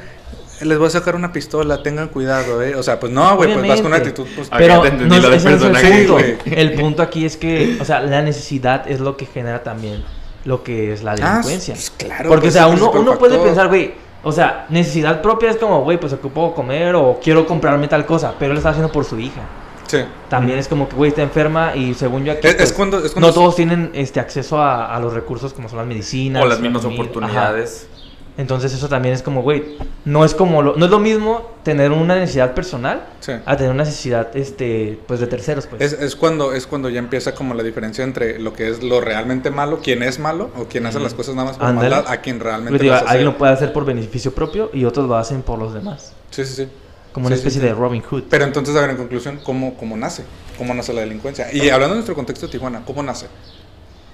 les voy a sacar una pistola, tengan cuidado, ¿eh? O sea, pues no, güey, pues vas con una
Obviamente.
actitud. Pues,
Ah,
Pero
ya te entendí
no,
lo del
ese no es el
personaje,
punto.
güey.
El punto aquí es que, o sea, la necesidad es lo que genera también lo que es la delincuencia.
pues, claro,
Porque,
pues,
o sea,
es el
uno,
principal
uno puede
factor.
pensar, güey, o sea, necesidad propia es como, güey, pues ocupo comer o quiero comprarme tal cosa, pero él lo está haciendo por su hija.
Sí.
También es como que, güey, está enferma y según yo aquí...
Es- es
pues,
cuando- es cuando-
No todos tienen este acceso a, a los recursos como son las medicinas.
O las
la
mismas
comida.
oportunidades.
Ajá. Entonces eso también es como, güey, no es como... Lo, no es lo mismo tener una necesidad personal
Sí.
a tener una necesidad, este, pues de terceros, pues.
Es, es cuando es cuando ya empieza como la diferencia entre lo que es lo realmente malo, quién es malo o quien hace las cosas nada más por
Ándale.
maldad, a quien
Lo
realmente
que digo,
las hace.
alguien lo puede hacer por beneficio propio y otros lo hacen por los demás.
Sí, sí, sí.
Como una
Sí, sí,
especie
sí.
de Robin Hood.
Pero entonces, a ver, en conclusión, ¿cómo, cómo nace? ¿Cómo nace la delincuencia? Y hablando de nuestro contexto de Tijuana, ¿cómo nace?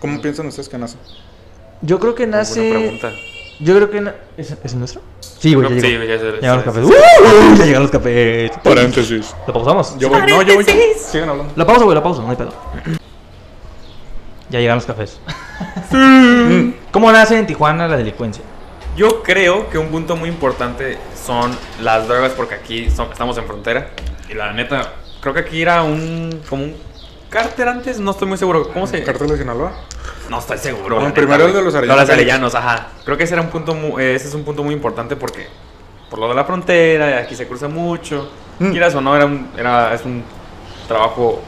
¿Cómo piensan ustedes que nace?
Yo creo que
Buena
nace.
pregunta.
Yo creo que. na- ¿Es, es nuestro? Sí, güey,
No,
ya
sí,
llegó.
ya sé,
Llegaron los
sí,
cafés.
sí,
¡Uh! Ya llegaron los cafés.
Paréntesis.
¿Lo pausamos?
Yo voy. No, yo voy.
Paréntesis.
Sigan hablando.
La pausa, güey, la pausa, no hay pedo. Ya llegaron los cafés. ¿Cómo nace en Tijuana la delincuencia?
Yo creo que un punto muy importante son las drogas porque aquí son- estamos en frontera y la neta creo que aquí era un como un Carter antes, no estoy muy seguro. ¿Cómo se.?
¿Cartel de Sinaloa?
No estoy seguro.
No,
la
primero
neta,
el de los
güey.
arellanos.
No, los arellanos, ajá. Creo que ese era un punto mu- eh, ese es un punto muy importante porque por lo de la frontera, aquí se cruza mucho.
Mm.
Quieras o no, era un, era, es un trabajo.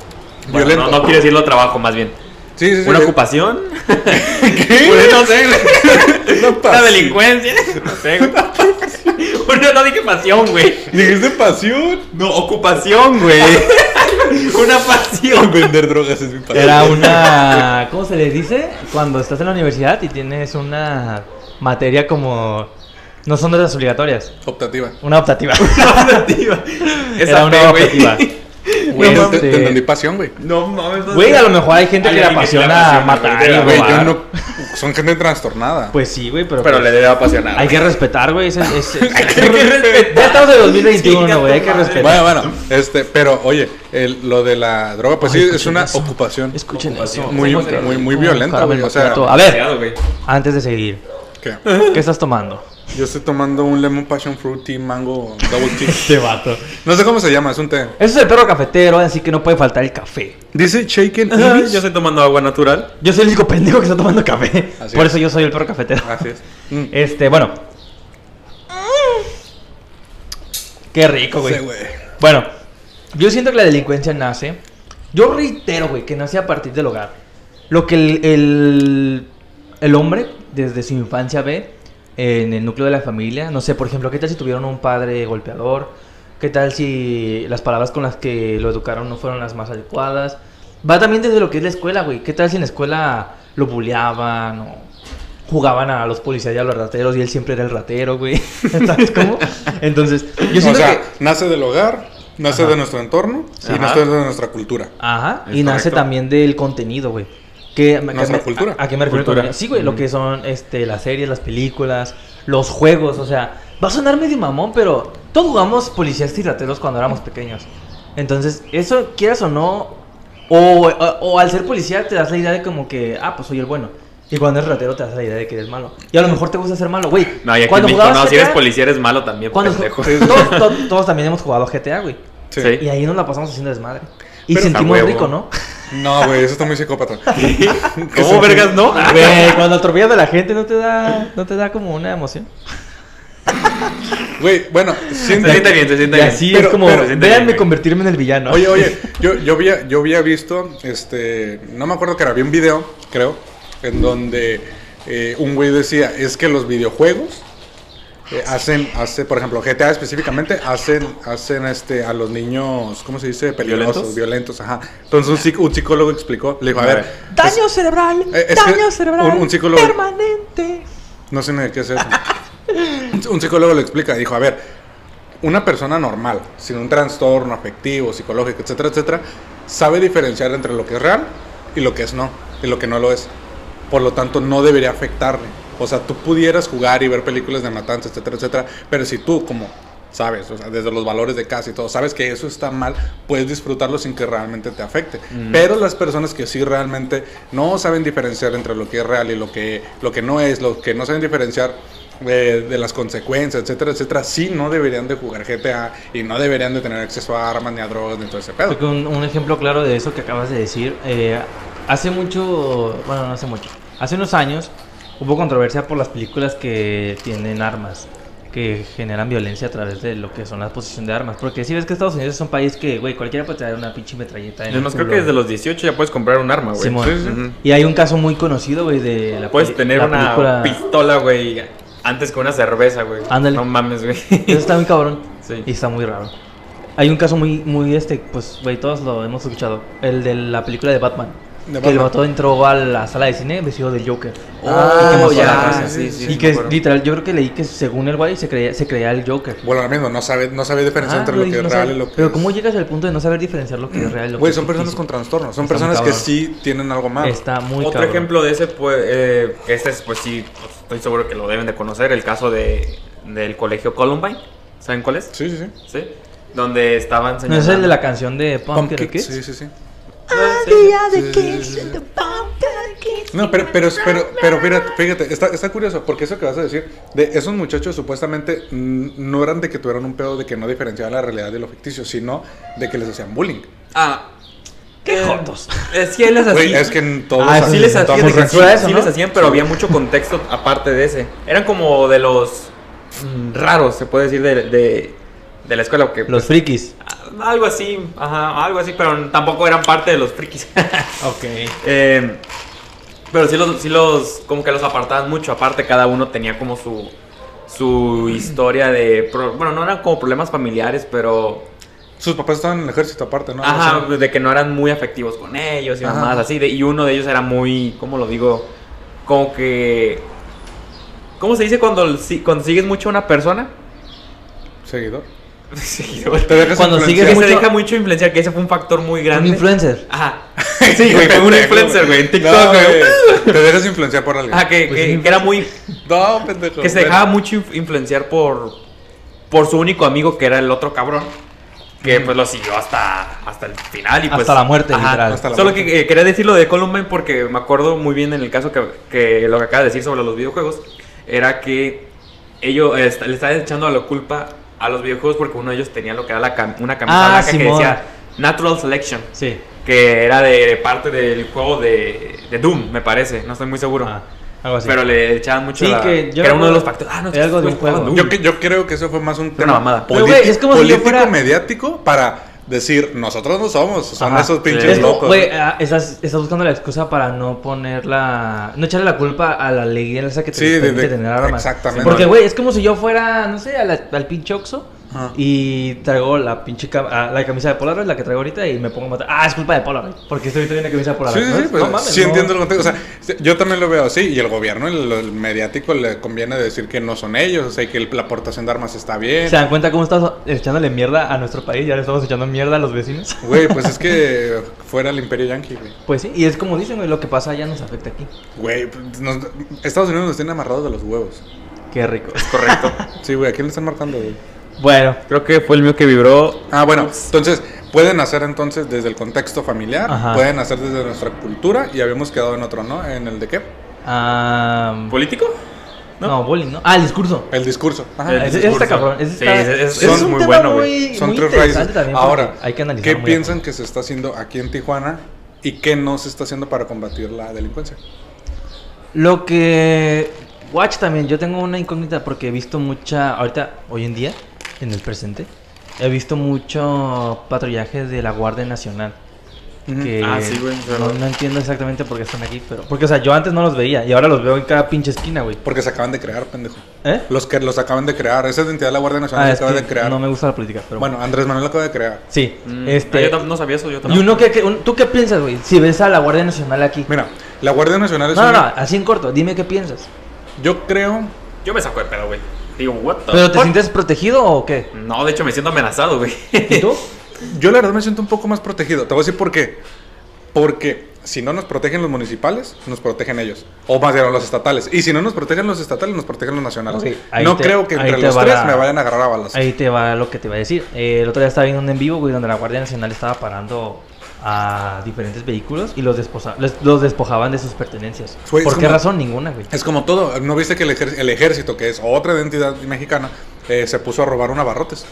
bueno,
Violento.
no, no quiero decirlo trabajo, más bien.
Sí, sí, sí.
Una ocupación.
¿Qué?
Pues no sé,
Una
una
pasión.
delincuencia. No sé, güey. Una, no dije pasión, güey.
Dijiste pasión.
No, ocupación, güey. Una pasión.
Vender drogas es mi pasión.
Era una. ¿Cómo se le dice? Cuando estás en la universidad y tienes una materia como. No son de las obligatorias.
Optativa.
Una optativa.
Esa
era
fe,
una
güey.
optativa.
Güey, te-
Este-
te entendí pasión, güey.
No mames. no
Güey,
sé.
a lo mejor hay gente
Hay
que le
alguien que le
apasiona
apasiona,
matar y
güey,
Güey, yo
robar.
no. Son gente trastornada.
Pues sí, güey, pero.
Pero le debe apasionar.
Hay que respetar, güey. ese- ese-
Hay que respetar.
ya estamos en 2021,
Chinga
güey. Hay
tu
que
madre.
respetar.
Bueno, bueno, este, pero oye, el- lo de la droga, pues
Ay,
sí, es
escuchen
una
eso.
ocupación
Escuchen
Ocupación.
eso.
muy,
Somos-
muy, muy
Oh,
violenta,
Carmen,
güey. O sea,
Mato. A ver,
Demasiado, güey.
antes de seguir,
¿qué?
¿qué estás tomando?
Yo estoy tomando un lemon passion fruit tea mango double tea.
Este vato.
No sé cómo se llama, es un té.
Eso es el perro cafetero, así que no puede faltar el café.
Dice shaken
Yo
ibis.
estoy tomando agua natural.
Yo soy el único pendejo que está tomando café.
Así
Por
es.
eso yo soy el perro cafetero.
Así es. Mm.
Este, bueno. Qué rico, güey.
Sí, güey.
Bueno, yo siento que la delincuencia nace. Yo reitero, güey, que nace a partir del hogar. Lo que el, el, el hombre desde su infancia ve en el núcleo de la familia. No sé, por ejemplo, ¿qué tal si tuvieron un padre golpeador? ¿Qué tal si las palabras con las que lo educaron no fueron las más adecuadas? Va también desde lo que es la escuela, güey. ¿Qué tal si en la escuela lo bulleaban o jugaban a los policías y a los rateros y él siempre era el ratero, güey? ¿Sabes cómo? Entonces, yo siento
o sea,
que...
nace del hogar, nace
Ajá.
de nuestro entorno y
Ajá.
nace de nuestra cultura.
Ajá,
Es
y nace
correcto.
también del contenido, güey. Que,
Nuestra
que-
cultura.
¿A, a qué me refiero?
Cultura.
con- Sí, güey, lo que son este, las series, las películas, los juegos, o sea, va a sonar medio mamón, pero todos jugamos policías y rateros cuando éramos pequeños. Entonces, eso, quieras o no, o, o- o al ser policía te das la idea de como que, ah, pues soy el bueno. Y cuando eres ratero te das la idea de que eres malo. Y a lo mejor te gusta ser malo, güey.
No, y aquí
Cuando
en México,
jugabas
no, si eres
GTA,
policía eres malo también,
cuando-
pendejo.
todos, todos- todos también hemos jugado GTA, güey.
Sí.
Sí.
Y ahí nos la pasamos haciendo desmadre. Y
Pero está
sentimos
huevo.
rico, ¿no?
No, güey, eso está muy psicópata.
¿Cómo vergas no?
Güey, cuando atropellas a la gente no te da, no te da como una emoción.
Güey, bueno,
Se siente
siente.
bien, se siente
Y
bien.
así
Pero-
es como,
pero-
véanme convertirme en el villano.
Oye, oye, yo, yo, había, yo había visto, este, no me acuerdo que era, vi un video, creo, en donde eh, un güey decía, es que los videojuegos eh, hacen, hace, por ejemplo, GTA específicamente, hacen, hacen este, a los niños, ¿cómo se dice? Peligrosos, violentos, ajá. Entonces un, psic- un psicólogo explicó, le dijo, a ver,
Daño
pues,
cerebral,
Eh, es que
daño cerebral
un- un psicólogo-
permanente.
No sé ni de qué es eso. Un- un psicólogo lo explica, dijo, a ver, una persona normal, sin un trastorno afectivo, psicológico, etcétera, etcétera, sabe diferenciar entre lo que es real y lo que es no, y lo que no lo es. Por lo tanto, no debería afectarle. O sea, tú pudieras jugar y ver películas de matanza, etcétera, etcétera, pero si tú, como sabes, o sea, desde los valores de casa y todo, sabes que eso está mal, puedes disfrutarlo sin que realmente te afecte. Pero las personas que sí realmente no saben diferenciar entre lo que es real y lo que, lo que no es, lo que no saben diferenciar eh, de las consecuencias, etcétera, etcétera, sí no deberían de jugar GTA y no deberían de tener acceso a armas ni a drogas ni todo ese pedo.
Creo que un, un ejemplo claro de eso que acabas de decir, eh, hace mucho, bueno, no hace mucho, hace unos años hubo controversia por las películas que tienen armas, que generan violencia a través de lo que son la posesión de armas. Porque si ves que Estados Unidos es un país que, güey, cualquiera puede traer una pinche metralleta. en
Es
el
más, creo
culo,
que desde
güey.
los 18 ya puedes comprar un arma, Ah, güey.
Simón.
Ujú.
Y hay un caso muy conocido, güey, de la
Puedes
peli-
tener
la
una
película-
pistola, güey, antes que una cerveza, güey.
Ándale.
No mames, güey.
Eso está muy cabrón.
Sí.
Y está muy raro. Hay un caso muy, muy este, pues, güey, todos lo hemos escuchado. El de la película de Batman.
De
Que el
Batman.
vato entró a la sala de cine vestido del Joker.
Ah,
Y que mató a
ya,
la raza.
sí, sí,
Y
sí,
que
me
es-
acuerdo.
literal, yo creo que leí que según el güey se creía, se creía el Joker.
Bueno, lo mismo, no sabe, no sabe diferenciar
Ajá,
entre
güey,
lo que
Ah, no
es real
sabe-
y lo que
Pero
es-
¿cómo llegas al punto de no saber diferenciar lo que es real y lo
Güey,
que
son
es
personas
ficticio?
con trastornos, son
Está muy
personas que
cabrón.
sí tienen algo malo.
Está muy
Otro
cabrón.
ejemplo de ese, pues, eh, que este es, pues sí, pues, estoy seguro que lo deben de conocer, el caso de, del colegio Columbine. ¿Saben cuál es?
Sí, sí, sí.
Sí. Donde estaban
¿No
señalando...
es el de la canción de Pumpkin Kids?
Sí, sí, sí.
Ah, sí.
No, pero, pero, pero, pero fíjate, fíjate, está, está curioso, porque eso que vas a decir, de esos muchachos supuestamente mm, no eran de que tuvieran un pedo de que no diferenciaba la realidad de lo ficticio, sino de que les hacían bullying.
Ah,
Qué
Eh,
jotos.
Es que él es así.
Güey, es que en todos
Ah, sí les
en todos
hacían,
los
de que
censura
sí-
eso,
sí
¿no?
les hacían, pero había mucho contexto aparte de ese. Eran como de los mm, raros, se puede decir, de, de, de la escuela. Que,
Los frikis.
pues, algo así, ajá, algo así, pero tampoco eran parte de los frikis.
Ok.
Eh, pero sí los, sí los, como que los apartaban mucho. Aparte, cada uno tenía como su, su historia de, pro- bueno, no eran como problemas familiares, pero,
Sus papás estaban en el ejército aparte, ¿no?
ajá,
O sea,
pues, de que no eran muy afectivos con ellos y
Ajá.
más así. de- y uno de ellos era muy, ¿cómo lo digo? Como que, ¿cómo se dice cuando, el si- cuando sigues mucho a una persona?
seguidor.
Seguidor.
Te dejas
Cuando
Que
influenciar.
sigues-
se
mucho-
deja mucho influenciar, que ese fue un factor muy
Un
grande.
influencer.
Ajá. Sí, güey, fue un influencer, güey, en TikTok,
No,
güey.
Te dejas influenciar por alguien.
Ajá, que-
Pues
que-
sí.
que era muy
No, pendejo.
Que se
Bueno,
dejaba mucho inf- influenciar por, por su único amigo, que era el otro cabrón. Que pues lo siguió hasta, hasta el final. Y,
Hasta
pues,
la muerte, literal.
hasta la
Solo
muerte.
que eh, quería decir lo de Columbine porque me acuerdo muy bien en el caso que, que lo que acaba de decir sobre los videojuegos. Era que ellos eh, le estaban echando la culpa a los videojuegos porque uno de ellos tenía lo que era la cam- una camisa
Ah,
blanca que
Simón.
decía Natural Selection.
Sí.
Que era de parte del juego de, de Doom, me parece. No estoy muy seguro.
Ah, algo así.
Pero le echaban mucho
Sí,
la-
que
que
yo
era
no-
uno de los factores. Ah, no, es
era
que
algo de un
estos güeyes
juego.
jugaban
Yo, que- yo creo que eso fue más un tema
mamada.
politi-
Pero, güey, es como si yo
político
fuera-
mediático para decir nosotros no somos, son
Ajá.
esos
Sí.
pinches
Es como,
locos.
güey, ah, estás, estás buscando la excusa para no ponerla. No echarle la culpa a la ley esa que te
Sí, de-
permite
de-
tener armas.
exactamente.
Porque, güey, es como si yo fuera, no sé, a la- al pinche Oxxo
Ajá.
y traigo la pinche cam- ah, la camisa de Polaroid, la que traigo ahorita, y me pongo a matar. Ah, es culpa de Polaroid. Porque estoy trayendo una camisa de Polaroid.
Sí, sí,
¿no?
sí, pues,
No mames,
sí
no.
entiendo el contexto. O sea, sí, yo también lo veo así. Y el gobierno, el, el mediático, le conviene decir que no son ellos. O sea, y que el- la aportación de armas está bien.
¿Se dan cuenta cómo estás echándole mierda a nuestro país? Ya le estamos echando mierda a los vecinos.
Güey, pues es que fuera el imperio yanqui, güey.
Pues sí, y es como dicen, güey, lo que pasa allá nos afecta aquí.
Güey, pues, nos- Estados Unidos nos tiene amarrados de los huevos.
Qué rico.
Correcto.
Sí, güey, ¿a quién le están marcando, güey?
Bueno,
Creo que fue el mío que vibró.
Ah, bueno, entonces pueden hacer entonces desde el contexto familiar,
Ajá.
pueden hacer desde nuestra cultura y habíamos quedado en otro, ¿no? En el de qué?
ah,
¿Político?
no, bowling, ¿no? Ah, el discurso.
El discurso. Ajá.
El
Ah, ese- ese
discurso.
está cabrón. ese
Sí,
está-
ese- ese-
es
son
un
muy
tema
bueno,
muy,
Son
muy
tres
interesante
raíces.
también porque
Ahora,
hay que analizar.
¿qué piensan que se está haciendo aquí en Tijuana y qué no se está haciendo para combatir la delincuencia?
Lo que. Watch también, yo tengo una incógnita porque he visto mucha. Ahorita, hoy en día, en el presente, he visto mucho patrullaje de la Guardia Nacional. Que
Ah, sí, güey, claro.
no, no entiendo exactamente por qué están aquí, pero. Porque, o sea, yo antes no los veía y ahora los veo en cada pinche esquina, güey.
Porque se acaban de crear, pendejo.
¿Eh?
Los que los acaban de crear, esa identidad de la Guardia Nacional
Ah,
se
es
acaba de
que
crear.
no me gusta la política, pero.
Bueno, Andrés Manuel la acaba de crear.
Sí.
Mm, ah,
este,
yo tam- no sabía eso, yo
¿Y
tampoco.
uno que, ¿Tú qué piensas, güey? Si ves a la Guardia Nacional aquí.
Mira, pues, la Guardia Nacional es
No, no, no,
una-
así en corto, dime qué piensas.
yo creo
Yo me saco de pedo, güey. Digo, what the
¿Pero te
fuck?
sientes protegido o qué?
No, de hecho me siento amenazado, güey.
¿Y tú?
Yo la verdad me siento un poco más protegido. Te voy a decir por qué. Porque si no nos protegen los municipales, nos protegen ellos. O más bien los estatales. Y si no nos protegen los estatales, nos protegen los nacionales.
Ok, ahí
no
te-
creo que
ahí
entre
te
los
va
tres
la-
me vayan a agarrar a balas.
Ahí te va lo que te iba a decir. Eh, el otro día estaba viendo un en vivo, güey, donde la Guardia Nacional estaba parando a diferentes vehículos y los, desposa- les- los despojaban de sus pertenencias.
Güey, es
¿Por qué
como-
razón? Ninguna, güey.
Es como todo. ¿No viste que el, ejer- el ejército, que es otra identidad mexicana, eh, se puso a robar un abarrotes?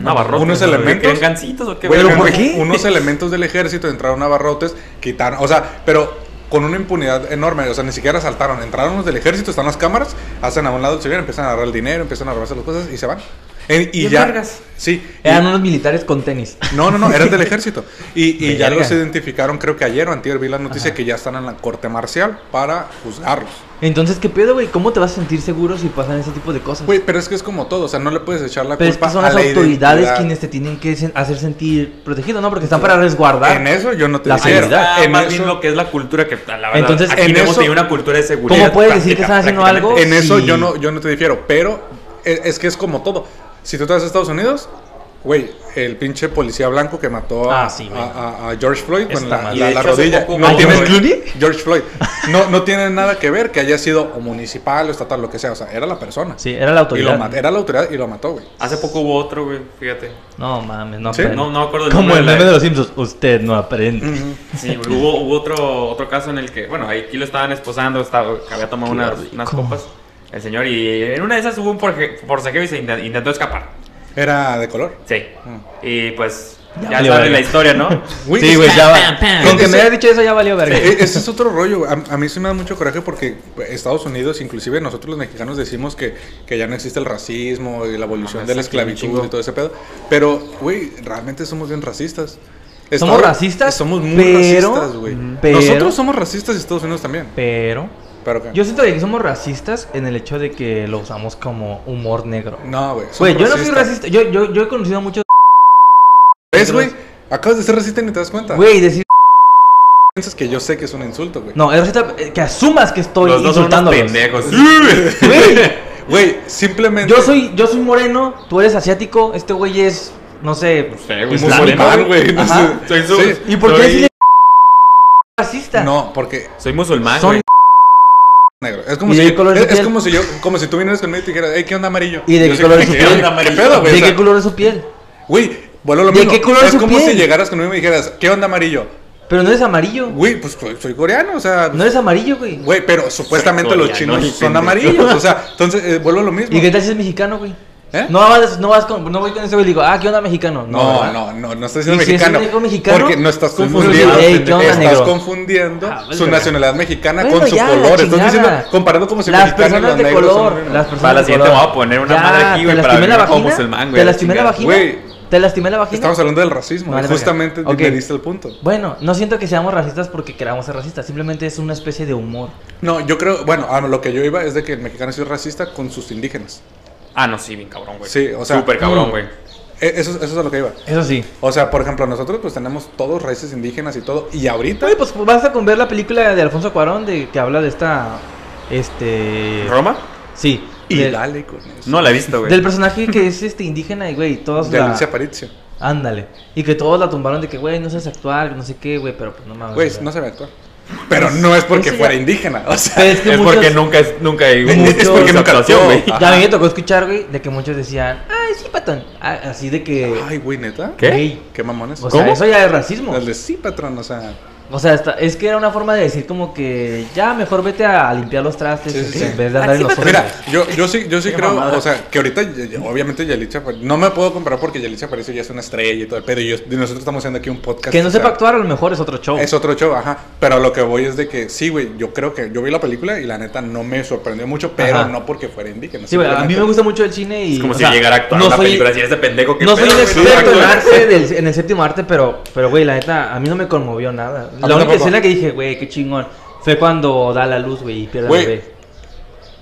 Navarro.
Unos elementos.
¿Quieren gancitos o qué?
Güey,
verga,
unos-
güey?
Unos elementos del ejército entraron a abarrotes, quitaron. O sea, pero con una impunidad enorme. O sea, ni siquiera saltaron. Entraron los del ejército, están las cámaras, hacen a un lado el civil, empiezan a agarrar el dinero, empiezan a robarse las cosas y se van. Eh, y
Bien
ya.
vergas.
Sí. y-
Eran unos militares con tenis.
No, no, no, eran del ejército. Y, y ya
Verga.
los identificaron, creo que ayer o antier vi la noticia que ya están en la corte marcial para juzgarlos.
Entonces, ¿qué pedo, güey? ¿Cómo te vas a sentir seguro si pasan ese tipo de cosas?
Güey, pero es que es como todo, o sea, no le puedes echar la
Pero es
culpa
que son
a
las
la
autoridades
identidad.
quienes te tienen que sen- hacer sentir protegido, ¿no? Porque están para resguardar.
En eso yo no te Eh,
La
difiero.
seguridad.
Ah,
En
más
eso-
bien lo que es la cultura que, la verdad,
Entonces,
aquí
en
hemos
eso-
tenido una cultura de seguridad.
¿Cómo puedes decir que
práctica,
están haciendo
prácticamente.
algo?
En eso
Oh, Sí.
yo no, yo no te difiero, pero es, es que es como todo. Si tú te vas a Estados Unidos, güey, el pinche policía blanco que mató a,
Ah, sí, güey.
a- a- a George Floyd
Está
con la,
mal.
Y
la-
de
la
hecho, hace
rodilla.
poco-
No
¿Ah,
tiene,
George Clooney?
George Floyd. No, no tiene nada que ver que haya sido o municipal o estatal, lo que sea. O sea, era la persona.
Sí, era
Y
la
lo
autoridad.
mat- era la autoridad y lo mató, güey.
Hace poco hubo otro, güey, fíjate.
No mames, no
Sí,
aprende.
No, no me acuerdo del
Como
nombre
el
de la-
meme de los Simpsons, usted no aprende.
Sí, güey, hubo, hubo otro, otro caso en el que, bueno, ahí aquí lo estaban esposando, estaba, que había tomado unas, unas
rico.
copas el señor y en una de esas hubo un porje- forcejeo y se inte- intentó escapar.
Era de color.
Sí.
Mm.
Y pues Ya
valió
saben
verga.
la historia, ¿no?
Güey,
Sí,
es-
güey, ya
Pam, pam,
va.
pam.
Con que me
Eso-
hayas dicho eso ya valió verga.
Eh, Ese es otro rollo. güey. A, a mí sí me da mucho coraje porque Estados Unidos, inclusive nosotros los mexicanos decimos que, que ya no existe el racismo y la abolición
Ah,
Ajá,
de la
sí, un
esclavitud
chingo.
y todo ese pedo. Pero, güey, realmente somos bien racistas.
Somos
Estados-
racistas,
Somos muy
pero-
racistas, güey.
pero-
Nosotros somos racistas y Estados Unidos también.
Pero
Pero ¿qué?
yo siento que somos racistas en el hecho de que lo usamos como humor negro.
No, güey. somos
Güey, yo no soy
racistas.
racista. Yo, yo, yo he conocido a muchos.
¿Ves, güey? Acabas de ser racista y ni te das cuenta.
Güey, decir.
Piensas que yo sé que es un insulto, güey.
No, es racista eh, que asumas que estoy
Los dos son unos
insultándolos.
pendejos.
Pues
Güey,
Güey, simplemente.
yo soy, yo soy moreno, tú eres asiático, este güey es, no sé.
sé, güey,
musulmán,
musulmán,
güey. No,
Ajá.
sé.
Soy su-
Sí.
¿Y por qué
Soy-
decirle racista?
no, porque
Soy musulmán,
Son-
güey.
negro. Es como
¿Y
si
de qué color es
es,
tu
es
piel?
como si yo como si tú vinieras conmigo y te dijeras, "Ey, ¿qué onda amarillo?"
¿Y de
Yo
qué
sé,
color es su
"¿Qué
piel?
onda amarillo?" ¿Qué pedo, güey? O
¿De
sea,
qué color es su piel?
Güey, vuelvo a lo
¿De
mismo.
qué color es
es
su
como si
piel?
llegaras conmigo y me dijeras, "¿Qué onda amarillo?"
Pero no eres amarillo.
Güey, pues soy, soy coreano, o sea, pues,
No eres amarillo, güey.
güey, pero supuestamente
Soy
los
coreano,
chinos
y
son
pendejo.
amarillos, o sea, entonces eh, vuelvo a lo mismo.
¿Y qué tal si es mexicano, güey?
¿Eh?
No vas, no vas con, no voy con ese güey y le digo, ah, ¿qué onda mexicano?
No,
¿verdad?
no, no, no estás diciendo
¿Y si es un
mexicano.
negro mexicano?
Porque no estás
Estoy
confundiendo.
confundido. Ey, ¿qué onda,
estás
negro?
confundiendo
Ah, vale,
su
verga.
nacionalidad mexicana
Bueno,
con su
ya, la
color. Estás
chingada.
diciendo, comparando como si
las
mexicanos y
personas
los
de
negros son
color,
negros.
las personas
Para la
de
siguiente
color.
me voy a poner una madre aquí, güey,
Te
para
lastimé la
venir como
vagina.
musulmán, güey,
Te
la
lastimé la
chingada.
vagina.
Güey.
Te lastimé la vagina.
Estamos hablando del racismo.
Vale, verga.
justamente
Ok.
me diste el punto.
Bueno, no siento que seamos racistas porque queramos ser racistas, simplemente es una especie de humor.
No, yo creo, bueno, a lo que yo iba es de que el mexicano es racista con sus indígenas.
Ah, no, sí, bien cabrón, güey.
Sí, o sea,
Súper
mm.
cabrón, güey.
E- Eso, es- eso es a lo que iba.
Eso sí.
O sea, por ejemplo, nosotros pues tenemos todos raíces indígenas y todo. Y ahorita,
Oye, pues basta con ver la película de Alfonso Cuarón de que habla de esta este
¿Roma?
Sí,
y
del,
dale con eso.
No la he visto, güey.
del personaje que es este indígena y güey, todos
de
la-
Alicia Aparicio.
Ándale. Y que todos la tumbaron de que, güey, no sabes actuar, no sé qué, güey, pero pues no mames.
Güey,
o sea.
no se ve actuar. Pero no es porque
Eso ya-
fuera indígena. O sea,
Pero es que
Es
muchos-
porque nunca, es- nunca hay
Es
mucho
porque nunca
actuación,
actuó.
güey.
Ya a mí me tocó escuchar, güey, de que muchos decían, ay, sí, patón. Ah, Así de que.
Ay, güey, neta.
¿Qué?
güey,
¿Qué mamones?
O
¿Cómo?
sea, eso ya es racismo.
Las de sí, patrón, o sea.
O sea, está- es que era una forma de decir como que ya mejor vete a limpiar los trastes
Sí, sí, sí.
en vez de andar en los ojos.
Mira, yo, yo sí, yo sí
Qué
creo,
mamada.
o sea, que ahorita, ya- ya- obviamente, Yalitza, pues, no me puedo comparar porque Yalitza Aparicio ya es una estrella y todo el pedo. Y, yo- y nosotros estamos haciendo aquí un podcast.
Que no
o sea,
sepa actuar a lo mejor es otro show.
Es otro show, ajá. Pero a lo que voy es de que sí, güey. Yo creo que yo vi la película y la neta no me sorprendió mucho, pero
Ajá.
no porque fuera indígena.
Sí, güey, a mí me gusta mucho el cine y.
Es como
o
si
sea,
llegara a actuar
no
una
soy-
película así, este pendejo que
No soy un
pedo, güey?
experto en
Actúa.
arte del- en el séptimo arte, pero, pero güey, la neta, a mí no me conmovió nada.
mí
La única
tampoco.
escena que dije, güey, qué chingón, fue cuando da la luz, güey, y pierde
Güey.
el bebé.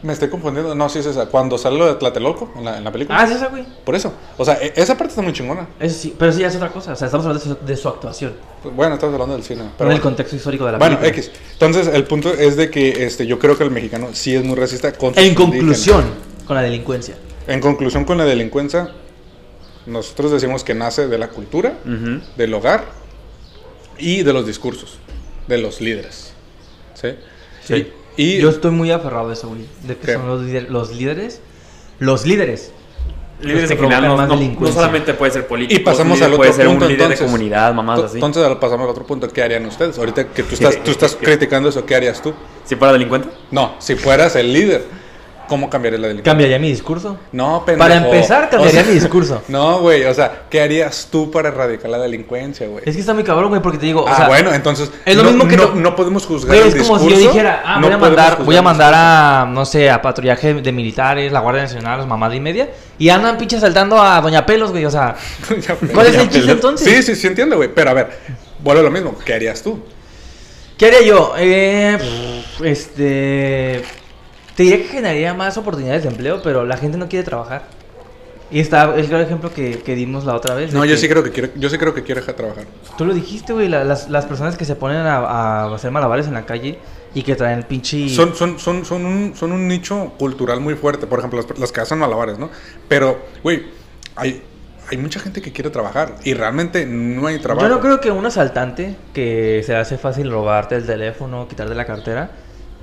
Me estoy confundiendo. No, sí es esa. Cuando sale lo de Tlatelolco en la, en la película.
Ah, es esa, güey.
Por eso. O sea, e- esa parte está muy chingona.
Eso sí, pero eso ya es otra cosa. O sea, estamos hablando de su, de su actuación,
Bueno, estamos hablando del cine.
pero
Pero
en el
bueno.
contexto histórico de la
Bueno,
película.
X. Entonces, el punto es de que este, yo creo que el mexicano sí es muy racista. con sus
En conclusión,
indígenas.
con la delincuencia.
En conclusión con la delincuencia, nosotros decimos que nace de la cultura,
Ujú.
del hogar y de los discursos, de los líderes. ¿Sí?
Sí.
Y,
Yo estoy muy aferrado a eso, güey. De que
¿Qué?
son los, líder- los líderes. Los líderes.
Líderes
que
en general
provocan
no,
más
no- no
delincuencia.
solamente puede ser político.
y pasamos
líder
al otro
puede ser
punto.
un líder
entonces,
de comunidad, mamás
To-
así.
Entonces al- pasamos al otro punto. ¿Qué harían ustedes? Ahorita que tú estás, tú estás criticando eso, ¿qué harías tú?
¿Si fuera delincuente?
No, si fueras el líder, ¿cómo cambiarías la delincuencia?
¿Cambiaría mi discurso?
No, pendejo.
Para empezar, cambiaría
O sea,
mi discurso.
No, güey, o sea, ¿qué harías tú para erradicar la delincuencia, güey?
Es que está muy cabrón, güey, porque te digo. o
ah,
sea,
bueno, entonces
es lo
no,
mismo que
no,
lo-
no podemos juzgar
Güey,
el
es como si yo
Pues discurso,
dijera, ah,
no
voy a
podemos
mandar, voy a
juzgar
mandar a, no sé, a patrullaje de militares, la Guardia Nacional, las mamás y media, y andan pinche saltando a Doña Pelos, güey, o sea,
el discurso.
¿Cuál es
Ya,
el chiste,
perdón.
entonces?
Sí, sí, sí entiendo, güey, pero a ver, vuelvo a lo mismo, ¿qué harías tú?
¿qué haría yo? Eh, pff, este, te diría que generaría más oportunidades de empleo, pero la gente no quiere trabajar. Y está el claro ejemplo que, que dimos la otra vez. de
No, yo
que-
sí creo que quiero, yo sí creo que quiero dejar trabajar.
Tú lo dijiste, güey, la- las, las personas que se ponen a, a hacer malabares en la calle y que traen pinche...
Son, son, son, son, un, son un nicho cultural muy fuerte. Por ejemplo, las, las que hacen malabares, ¿no? Pero, güey, hay, hay mucha gente que quiere trabajar y realmente no hay trabajo.
Yo no creo que un asaltante que se hace fácil robarte el teléfono, quitarte la cartera,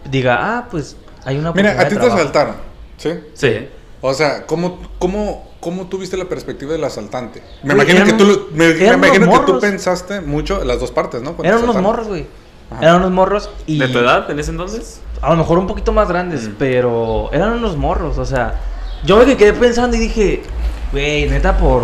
diga, ah, pues hay una
Mira,
oportunidad
a ti
de
te
trabajo".
asaltaron, ¿sí?
Sí.
O sea, ¿cómo, cómo, cómo tuviste la perspectiva del asaltante? Me
Güey,
imagino
eran
que tú,
un-
lo- me, me
eran unos
imagino que tú
morros.
pensaste mucho en las dos partes, ¿no? Cuando
Eran
te
unos
asaltaron.
morros, güey.
Ajá.
Eran unos morros y...
¿De tu edad en ese entonces?
A lo mejor un poquito más grandes,
Mm.
pero eran unos morros, o sea... Yo me quedé pensando y dije, güey, neta, por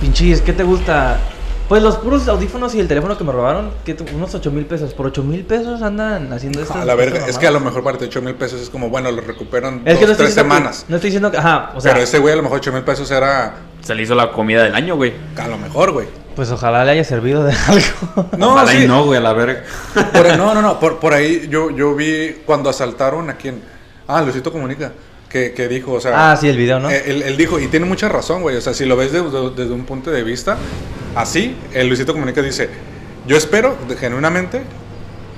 pinches, ¿qué te gusta? Pues los puros audífonos y el teléfono que me robaron, que tu- unos 8 mil pesos. Por 8 mil pesos andan haciendo esto.
A la verga, es que a lo mejor para 8 mil pesos es como, bueno, lo recuperan
Es que
dos,
no estoy
tres
diciendo que-
semanas.
no estoy diciendo que. Ajá, o sea.
Pero ese güey a lo mejor 8 mil pesos era
Se le hizo la comida del año, güey.
a lo mejor, güey.
Pues ojalá le haya servido de algo.
No,
Ojalá y
sí.
no, güey, a la verga.
Por ahí- no, no, no, por, por ahí yo, yo vi cuando asaltaron a quien. Ah, Luisito Comunica, que, que dijo, o sea.
Ah, sí, el video, ¿no?
eh, Él, él dijo, y tiene mucha razón, güey. O sea, si lo ves de- de- desde un punto de vista, así, el Luisito Comunica dice: Yo espero, de- genuinamente,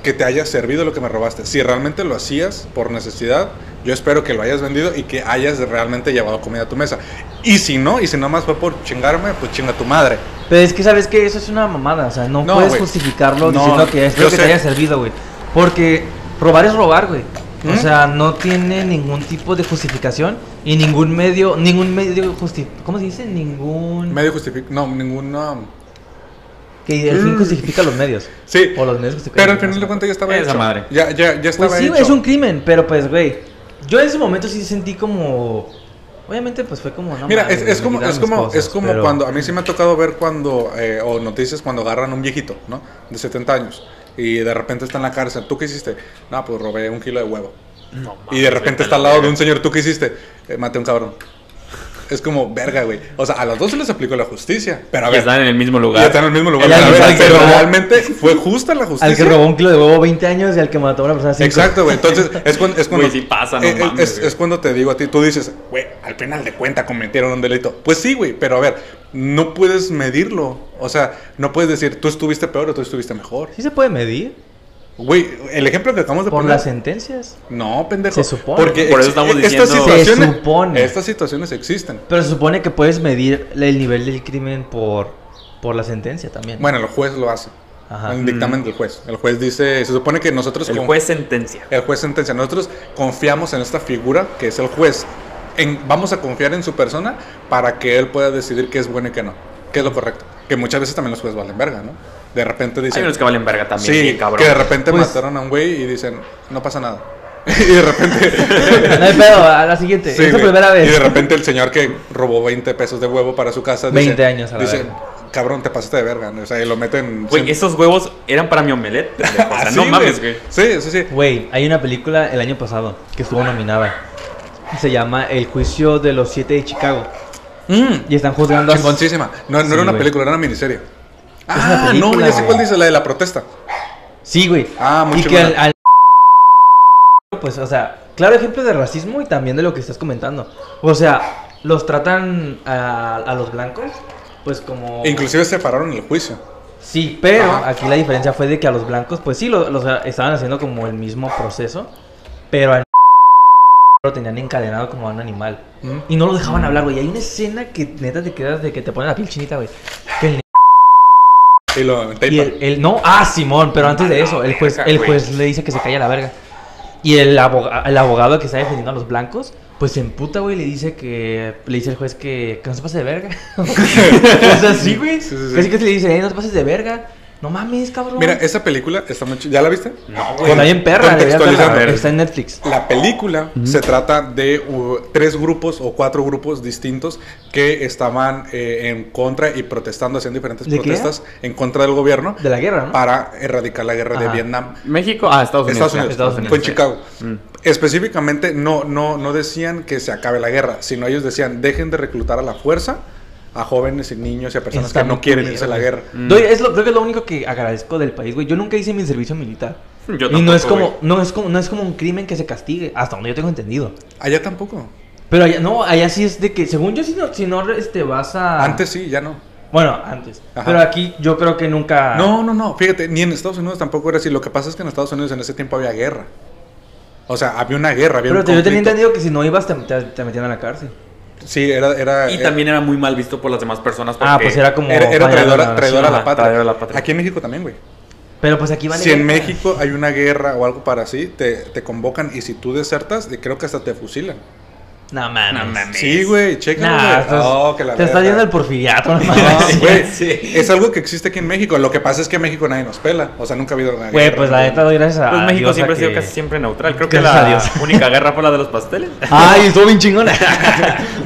que te haya servido lo que me robaste. Si realmente lo hacías por necesidad, yo espero que lo hayas vendido y que hayas realmente llevado comida a tu mesa. Y si no, y si nada más fue por chingarme, pues chinga tu madre.
Pero es que sabes que eso es una mamada, o sea, no,
No,
puedes
güey.
justificarlo
No,
diciendo que espero
yo
que te
sé.
haya servido, güey. Porque robar es robar, güey. O
¿Mm?
sea, no tiene ningún tipo de justificación y ningún medio, ningún medio justi ¿cómo se dice? Ningún
Medio justifica, no, ninguna.
que el fin justifica los medios.
Sí,
O los medios justifican.
Mm. Pero al
los medios.
final de cuentas ya estaba
Esa
hecho.
madre.
Ya, ya, ya estaba
Pues sí, güey,
hecho.
es un crimen, pero pues güey, yo en ese momento sí sentí como obviamente pues fue como no
Mira,
mames,
es, es
me
como,
quitaron
es
mis
como,
cosas,
es como
pero-
cuando, a mí sí me ha tocado ver cuando, eh, o noticias cuando agarran un viejito, ¿no? De 70 años. Y de repente está en la cárcel. ¿Tú qué hiciste? No, pues robé un kilo de huevo. y de repente está al lado de un señor. ¿Tú qué hiciste? "Eh, maté a un cabrón. Es como, verga, güey. O sea, a los dos se les aplicó la justicia. Pero a
Que
ver,
están en el mismo
ya
lugar.
están en el mismo lugar.
El
A ver,
al que
pero
robó-
realmente fue justa la justicia.
al que robó un kilo de huevo 20 años y al que mató a una persona 5.
Exacto, güey. Entonces, es cuando. Es cuando
Güey, sí pasa, no
eh, eh,
mames,
es,
güey.
es cuando te digo a ti, tú dices, güey, al penal de cuenta cometieron un delito. Pues sí, güey, pero a ver, no puedes medirlo. O sea, no puedes decir, tú estuviste peor o tú estuviste mejor.
¿Sí se puede medir?
Güey, el ejemplo que acabamos de
Por
poner.
las sentencias.
No, pendejo.
Se supone.
Porque
Por
ex-
eso estamos
estas
diciendo-
Se
Situaciones,
supone.
Estas situaciones existen.
Pero se supone que puedes medir el nivel del crimen por, por la sentencia también.
Bueno, el juez lo hace.
Ajá.
El dictamen del juez. El juez dice, se supone que nosotros
El
con-
juez sentencia.
El juez sentencia. Nosotros confiamos en esta figura que es el juez. En- vamos a confiar en su persona para que él pueda decidir qué es bueno y qué no. Qué es lo correcto. Que muchas veces también los jueces valen verga, ¿no? De repente
Hay
dicen...
unos que valen verga también,
sí,
bien cabrón.
que de repente
Pues-
mataron a un güey y dicen, no pasa nada. y de repente...
No hay pedo, a la siguiente.
Sí,
es tu
güey.
primera vez.
Y de repente el señor que robó 20 pesos de huevo para su casa... dice-
20 años a la
Dice,
verga.
cabrón, te pasaste de verga. ¿no? O sea, y lo meten...
Güey,
sin-
esos huevos eran para mi omelette. pendejo. O sea,
Así,
no mames, güey.
Sí, sí, sí.
Güey, hay una película el año pasado que estuvo nominada. Se llama El juicio de los siete de Chicago.
Mm.
Y están juzgando a...
Chingoncísima. No, no
Sí,
era una
güey.
película, era una miniserie.
una
Ah,
película,
no, ya sé
güey.
cuál dice, la de la protesta.
Sí, güey.
Ah,
y
mucho
que al,
buena.
al- Pues, o sea, claro ejemplo de racismo y también de lo que estás comentando. O sea, los tratan a, a los blancos, pues como...
Inclusive separaron el juicio.
Sí, pero
Ajá.
aquí la diferencia fue de que a los blancos, pues sí, lo- los, estaban haciendo como el mismo proceso, pero al lo tenían encadenado como a un animal.
Mm.
Y no lo dejaban hablar, güey. Hay una escena que neta te quedas de que te pone la piel chinita, güey. Que el
Y lo
y
tapan.
el, el- no, ah, Simón, pero antes de eso, el juez,
verga,
el
güey.
juez le dice que se calle a la verga. Y el, aboga- el abogado que está defendiendo a los blancos, pues se emputa, güey, le dice que. Le dice el juez que, que no se pase de verga. o sea, sí, güey.
Sí, sí, sí.
Casi que le dice, "Eh, no te pases de verga. No mames, cabrón. Ah,
Mira, esa película está muy ch- ¿Ya la viste?
No, güey.
está bien perra, deberías verla,
contextualizando.
Está en Netflix.
La película se trata de uh, tres grupos o cuatro grupos distintos que estaban eh, en contra y protestando, haciendo diferentes
¿De qué?
protestas en contra del gobierno
De la guerra, ¿no?
para erradicar la guerra
Ajá.
de Vietnam.
México, ah, Estados Unidos.
Estados
ya,
Unidos,
Estados Unidos,
con
sí.
Chicago.
Mm.
Específicamente no, no, no decían que se acabe la guerra, sino ellos decían dejen de reclutar a la fuerza a jóvenes y niños y a personas
Está
que no
muy
quieren
culero,
irse a la
güey.
guerra.
Mm.
Doy- es lo, creo que es lo único que agradezco del país, güey. Yo nunca hice mi servicio militar.
Yo
y no
tampoco,
es como,
güey.
no es como, no es como un crimen que se castigue, hasta donde yo tengo entendido.
Allá tampoco.
Pero allá, no, allá sí es de que, según yo, si no, si no este, vas a...
Antes sí, ya no.
Bueno, antes.
Ajá.
Pero aquí yo creo que nunca...
No, no, no. Fíjate, ni en Estados Unidos tampoco era así. Lo que pasa es que en Estados Unidos en ese tiempo había guerra. O sea, había una guerra, había
Pero
un
te- yo tenía
conflicto.
entendido que si no ibas te, te, te metían a la cárcel.
Sí, era... era
Y
era-
también era muy mal visto por las demás personas.
Ah,
porque-
pues era como...
Era, era
fallar
traidora,
la
traidora a
nación,
la
ajá.
patria.
traidora a la patria.
Aquí en México también, güey.
Pero pues aquí vale...
Si en
verga.
México hay una guerra o algo para así, te, te convocan y si tú desertas, creo que hasta te fusilan.
No mames.
No mames.
Sí, güey, chequen,
Nah,
güey.
estás-
Oh, que la
te está
verga.
yendo el porfiriato, no
No,
mames.
güey,
Sí.
Es algo que existe aquí en México. Lo que pasa es que en México nadie nos pela. O sea, nunca ha habido una
Güey,
guerra,
pues la
¿no?
neta doy gracias a
Pues México
Dios a
siempre ha sido
que-
casi siempre neutral. Creo que
Gracias a
la
Dios.
única guerra fue la de los pasteles.
Ay, estuvo bien chingona.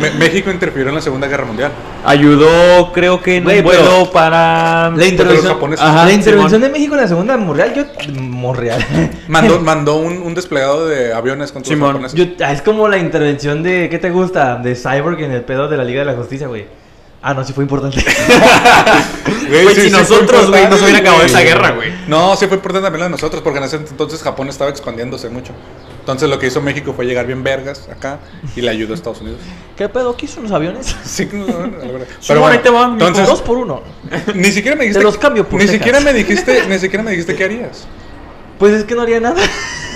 Me- México interfirió en la Segunda Guerra Mundial.
Ayudó, creo que en
Güey,
un
pero-
vuelo para.
La intervención,
japoneses.
Ajá, la
Simón.
intervención de México en la segunda Monreal, yo. Monreal.
Mandó, mandó un, un desplegado de aviones contra
Simón,
los japoneses.
Yo- ah, es como la intervención de. ¿Qué te gusta? De Cyborg en el pedo de la Liga de la Justicia, güey. Ah, no, sí fue importante.
Güey,
Güey,
sí,
si
sí fue
nosotros, güey, no
importante,
se hubiera acabado esa guerra, güey.
No, sí fue importante también la de nosotros, porque en ese entonces Japón estaba expandiéndose mucho. Entonces lo que hizo México fue llegar bien vergas acá y le ayudó a Estados Unidos.
¿Qué pedo? ¿Qué son los aviones?
Sí, no, no, no, la verdad.
Simón, ahí te va, mi
entonces,
Dos por uno.
ni siquiera me dijiste.
Te los cambio por
ni
cejas.
siquiera me dijiste, ni siquiera me dijiste qué harías.
Pues es que no haría nada.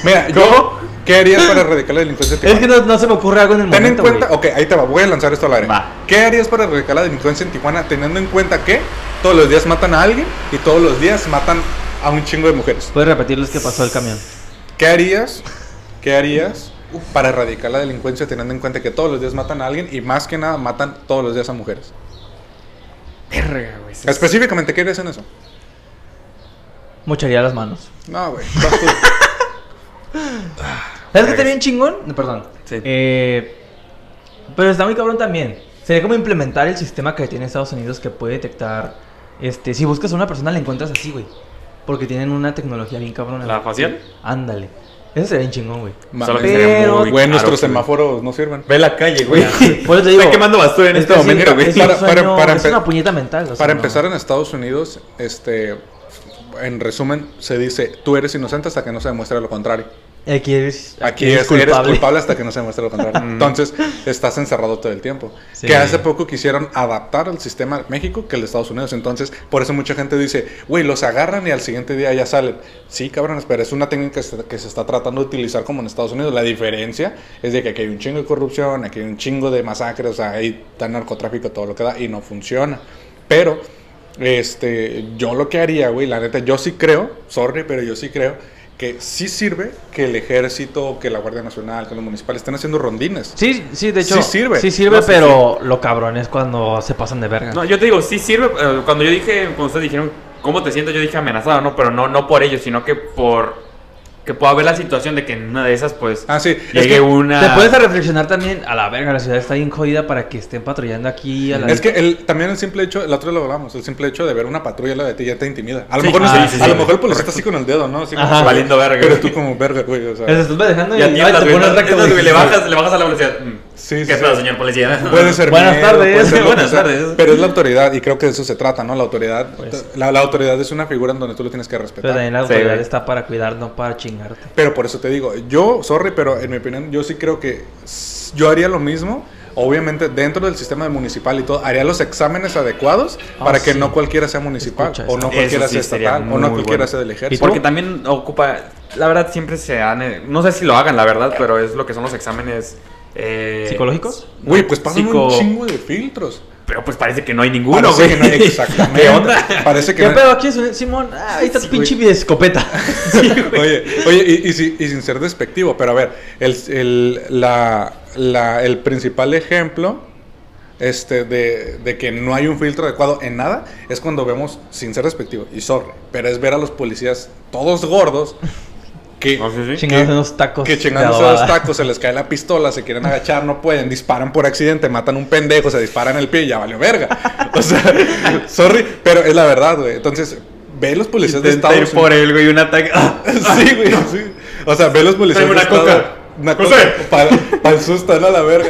Mira, yo, ¿qué harías para erradicar la delincuencia? en Tijuana?
Es que no, no se me ocurre algo en el
Ten en
momento.
cuenta,
güey.
ok, ahí te va, voy a lanzar esto al aire.
Va.
¿Qué harías para erradicar la delincuencia en Tijuana teniendo en cuenta que todos los días matan a alguien y todos los días matan a un chingo de mujeres?
Puedes repetirles qué pasó el camión.
¿Qué harías? ¿Qué harías para erradicar la delincuencia teniendo en cuenta que todos los días matan a alguien y más que nada matan todos los días a mujeres?
Verga, güey. sí.
Específicamente, ¿qué harías en eso?
Mocharía las manos.
No, güey. vas tú.
¿Sabes qué estaría bien chingón? No, Perdón.
Sí.
Eh, pero está muy cabrón también. Sería como implementar el sistema que tiene Estados Unidos que puede detectar. Este, si buscas a una persona, la encuentras así, güey. Porque tienen una tecnología bien cabrona.
¿La facial?
Ándale. Eso sería bien chingón, güey.
Solo que
Mames.
sería
Pero-
muy
Güey,
caro,
nuestros
güey.
semáforos no sirven.
Ve la calle, güey.
Por eso te digo,
Está quemando basura en
es
este
que sí,
momento, güey.
Es, un
Para- para-
sueño-
para
es
empe-
una puñeta mental. o sea,
Para
no.
empezar en Estados Unidos, este, en resumen, se dice, tú eres inocente hasta que no se demuestre lo contrario.
Aquí eres,
Aquí es, eres culpable hasta que no se demuestre lo contrario. Entonces, estás encerrado todo el tiempo.
Sí.
Que hace poco quisieron adaptar el sistema de México que el de Estados Unidos. Entonces, por eso mucha gente dice, güey, los agarran y al siguiente día ya salen. Sí, cabrones, pero es una técnica que se- que se está tratando de utilizar como en Estados Unidos. La diferencia es de que aquí hay un chingo de corrupción, aquí hay un chingo de masacres, o sea, hay tan narcotráfico, todo lo que da, y no funciona. Pero, este, yo lo que haría, güey, la neta, yo sí creo, sorry, pero yo sí creo que sí sirve que el ejército, que la Guardia Nacional, que los municipales estén haciendo rondines.
Sí, sí, de
Sí
hecho.
sirve.
Sí sirve,
No, sí
pero lo cabrón es cuando se pasan de verga.
No, yo te digo, sí sirve. eh, Cuando yo dije, cuando ustedes dijeron, ¿cómo te sientes? Yo dije amenazado, ¿no? Pero no, no por ello, sino que por. Que pueda haber la situación de que en una de esas, pues.
Ah, sí.
Llegue
Es que-
una.
Te puedes a reflexionar también a la verga, la ciudad está bien jodida para que estén patrullando aquí a la
Es que el, también el simple hecho, el otro lo hablamos, el simple hecho de ver una patrulla al lado de ti ya te intimida. A lo,
Sí,
mejor, no
ah,
sé,
sí, sí,
a lo
sí.
mejor el policía está así con el dedo, ¿no? Así como
Ajá.
Valiendo verga,
Pero
güey.
tú como verga, güey. O sea,
Les estás manejando y
Ya
ay,
tiemblas,
te
güey.
pones
no-
recto,
es más,
güey.
güey, Le bajas, le bajas a la velocidad. Mm.
Sí,
¿Qué
sí,
pedo,
sí.
señor policía?
Puede ser
Buenas
miedo,
tardes.
puede ser lo que
Buenas
sea,
tardes.
Pero es la autoridad y creo que de eso se trata, ¿no? La autoridad.
Pues.
La, la autoridad es una figura en donde tú lo tienes que
Pero
respetar.
también la
Sí,
autoridad
güey.
está para cuidar, no para chingarte.
Pero por eso te digo, yo, sorry, pero en mi opinión, yo sí creo que s- yo haría lo mismo. Obviamente, dentro del sistema de municipal y todo, haría los exámenes adecuados
Ah,
para que
sí.
no cualquiera sea municipal,
Escucha
o
eso.
no cualquiera
Eso sí
sea
sería
estatal, o
muy
no cualquiera
bueno.
sea del
¿Y
ejército.
Porque también ocupa, la verdad siempre se han, eh, no sé si lo hagan la verdad, pero es lo que son los exámenes eh,
¿Psicológicos?
Güey, pues pasan un
psico-
chingo de filtros.
Pero pues parece que no hay ninguno,
Parece que
güey.
no hay- exactamente.
¿Qué onda?
Parece que
¿Qué
no-
pedo aquí, es un- Simón? Ah, ahí está tu pinche escopeta.
Oye, oye y, y si- y sin ser despectivo, pero a ver, el, el- la- la- el principal ejemplo este, de, de que no hay un filtro adecuado en nada es cuando vemos, sin ser despectivo, y sorry, pero es ver a los policías todos gordos que,
No, sí, sí.
Chingándose unos tacos.
que
de
chingándose
adobada.
los tacos, se les cae la pistola, se quieren agachar, no pueden, disparan por accidente, matan un pendejo, se disparan el pie y ya valió verga. O sea, sorry, pero es la verdad, güey. Entonces, ve los policías de
Intenta
Estados
ir
Unidos.
por él, güey, un ataque. Ah,
Sí, güey, sí. O sea, ve los policías
Tráeme una
de Estados-
coca.
Una
José.
coca para el susto, ¿no? la verga.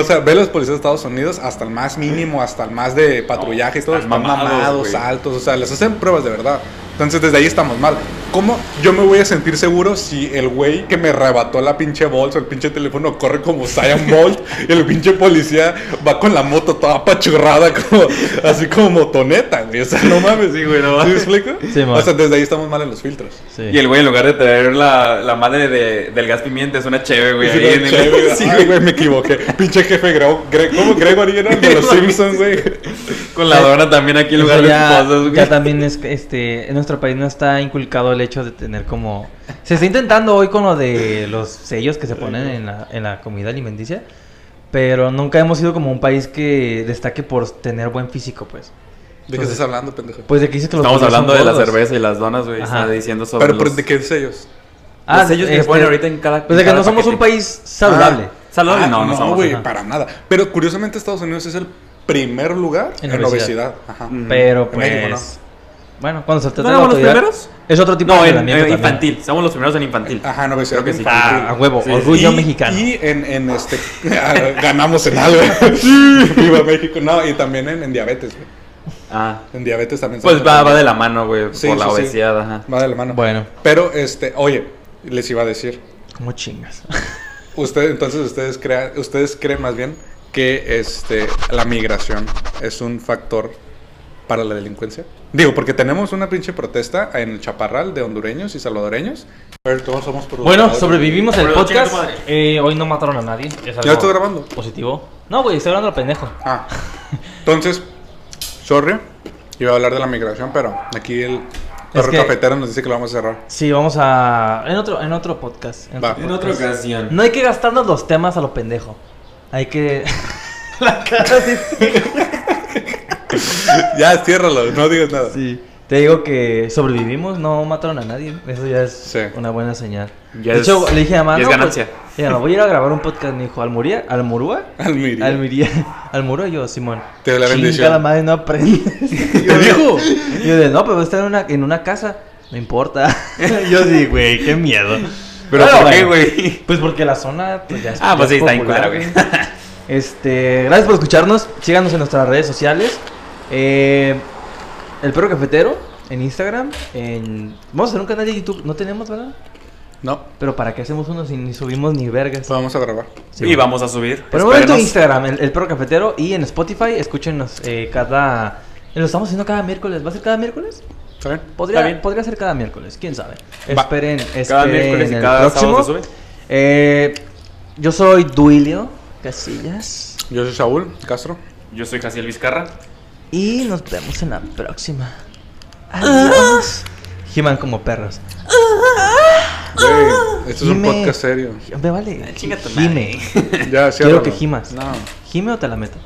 o sea, ve los policías de Estados Unidos hasta el más mínimo, hasta el más de patrullaje y todo.
están
Están
mamados,
mamados,
güey.
altos, o sea, les hacen pruebas de verdad. Entonces, desde ahí estamos mal. ¿Cómo yo me voy a sentir seguro si el güey que me arrebató la pinche bolsa, el pinche teléfono, corre como Zion Bolt y el pinche policía va con la moto toda apachurrada, como, así como motoneta, güey? O sea, no mames.
Sí, güey, no
¿Sí me
mames.
explico?
Sí, man.
o sea, desde ahí estamos mal en los filtros.
Sí.
Y el güey, en lugar de traer la, la madre de- del gas pimienta, es una chévere, güey.
Sí,
ahí
no,
en el-
che, güey,
Sí,
ay,
güey,
güey, me equivoqué. Pinche jefe Greg, Greg ¿cómo Gregory era el de los Simpsons, güey?
Con la dona también aquí en lugar
Eso
de
ya,
esposas, güey.
ya también es que, este en nuestro país no está inculcado el hecho de tener como se está intentando hoy con lo de los sellos que se ponen en la, en la comida alimenticia Pero nunca hemos sido como un país que destaque por tener buen físico, pues.
¿De qué estás hablando, pendejo?
Pues de que dice que los
Estamos
gordos son
hablando de la
gordos.
cerveza y las donas, güey.
Ajá.
Está diciendo sobre.
Pero, pero
los-
¿de qué sellos?
Ah,
los sellos que ponen ahorita en cada-
Pues de que
en cada
no somos un
paquete.
país saludable.
Saludable,
Ah,
no, no, somos.
güey,
ajá.
para nada. Pero curiosamente Estados Unidos es el primer lugar en,
En
obesidad.
obesidad.
Ajá.
Mm.
Pero
En
pues.
México,
Bueno, cuando se trata
¿No
de la
éramos los
autoridad,
primeros?
Es otro tipo
No,
de
en, en
entrenamiento también.
infantil. Somos los primeros en infantil.
Ajá, en obesidad.
Creo que sí.
infantil.
Ah, a huevo,
Sí, sí.
orgullo
y,
mexicano.
Y en, en este. ah, ganamos en algo. Viva México. No, y también en, en diabetes, güey.
Ah.
En diabetes también. se
Pues
hace
va, va
también.
de la mano, güey.
Sí,
por la
sí, sí.
obesidad, ajá.
Va de la mano.
Bueno,
Pero, este, oye, les iba a decir.
¿cómo chingas?
Usted, entonces ustedes crean, ustedes creen más bien que este la migración es un factor para la delincuencia. Digo, porque tenemos una pinche protesta en el Chaparral de hondureños y salvadoreños. Pero todos somos por
Bueno, sobrevivimos el
Pero chinga tu
podcast.
madre.
Eh, hoy no mataron a nadie. Es algo
¿Ya estoy grabando?
Positivo. No, güey, estoy hablando al pendejo.
Ah. Entonces, sorry, iba a hablar de la migración, pero aquí el perro
que-
cafetero nos dice que lo vamos a cerrar.
Sí, vamos a. En otro, en otro podcast. en otro
Va.
En otra ocasión.
No hay que gastarnos los temas a lo pendejo. Hay que. la cara de...
ya, ciérralo, no digas nada.
Sí. Te digo que sobrevivimos, no mataron a nadie. Eso ya es
Sí.
una buena señal.
Ya
de
es-
hecho, le dije a mamá.
ya
"No,
es
pues,
ganancia".
mira, me voy a ir a grabar un podcast. Me dijo, ¿Almuría? ¿Almurúa?
Almiria.
Almiría. Almurúa yo, Simón.
Te doy la
Chinga
bendición.
la madre, no aprendes.
¿Te dijo?
Y yo de, no, pero está en una, en una casa. No importa. yo sí, güey, qué miedo.
Pero
Bueno,
¿por qué,
bueno.
güey?
Pues porque la zona pues, ya es-
Ah, pues
ya
sí,
es
está en
popular,
cuadra, güey.
Este, gracias por escucharnos. Síganos en nuestras redes sociales. Eh, el perro cafetero en Instagram. En... Vamos a hacer un canal de YouTube. No tenemos, ¿verdad?
No,
Pero ¿para qué hacemos uno si ni subimos ni vergas?
pues vamos a grabar.
Sí,
y
bueno.
vamos a subir.
Por el momento en
Espérenos.
Instagram, el, el perro cafetero. Y en Spotify, escúchenos eh, cada... Lo estamos haciendo cada miércoles. ¿Va a ser cada miércoles?
¿Está bien?
Está
Podría,
bien.
podría ser cada miércoles, quién sabe.
Va.
Esperen, esperen
Cada miércoles y
el
cada
próximo.
sábado se sube.
Eh, yo soy Duilio Casillas
Yo soy Saúl Castro.
Yo soy Jaciel Vizcarra.
y nos vemos en la próxima. Adiós. He-Man como perros.
Güey, esto es un
Dime.
podcast serio.
Me vale.
chinga tu
Gime.
Ya,
Quiero
ciérralo.
que gimas.
No.
Gime o te la meto.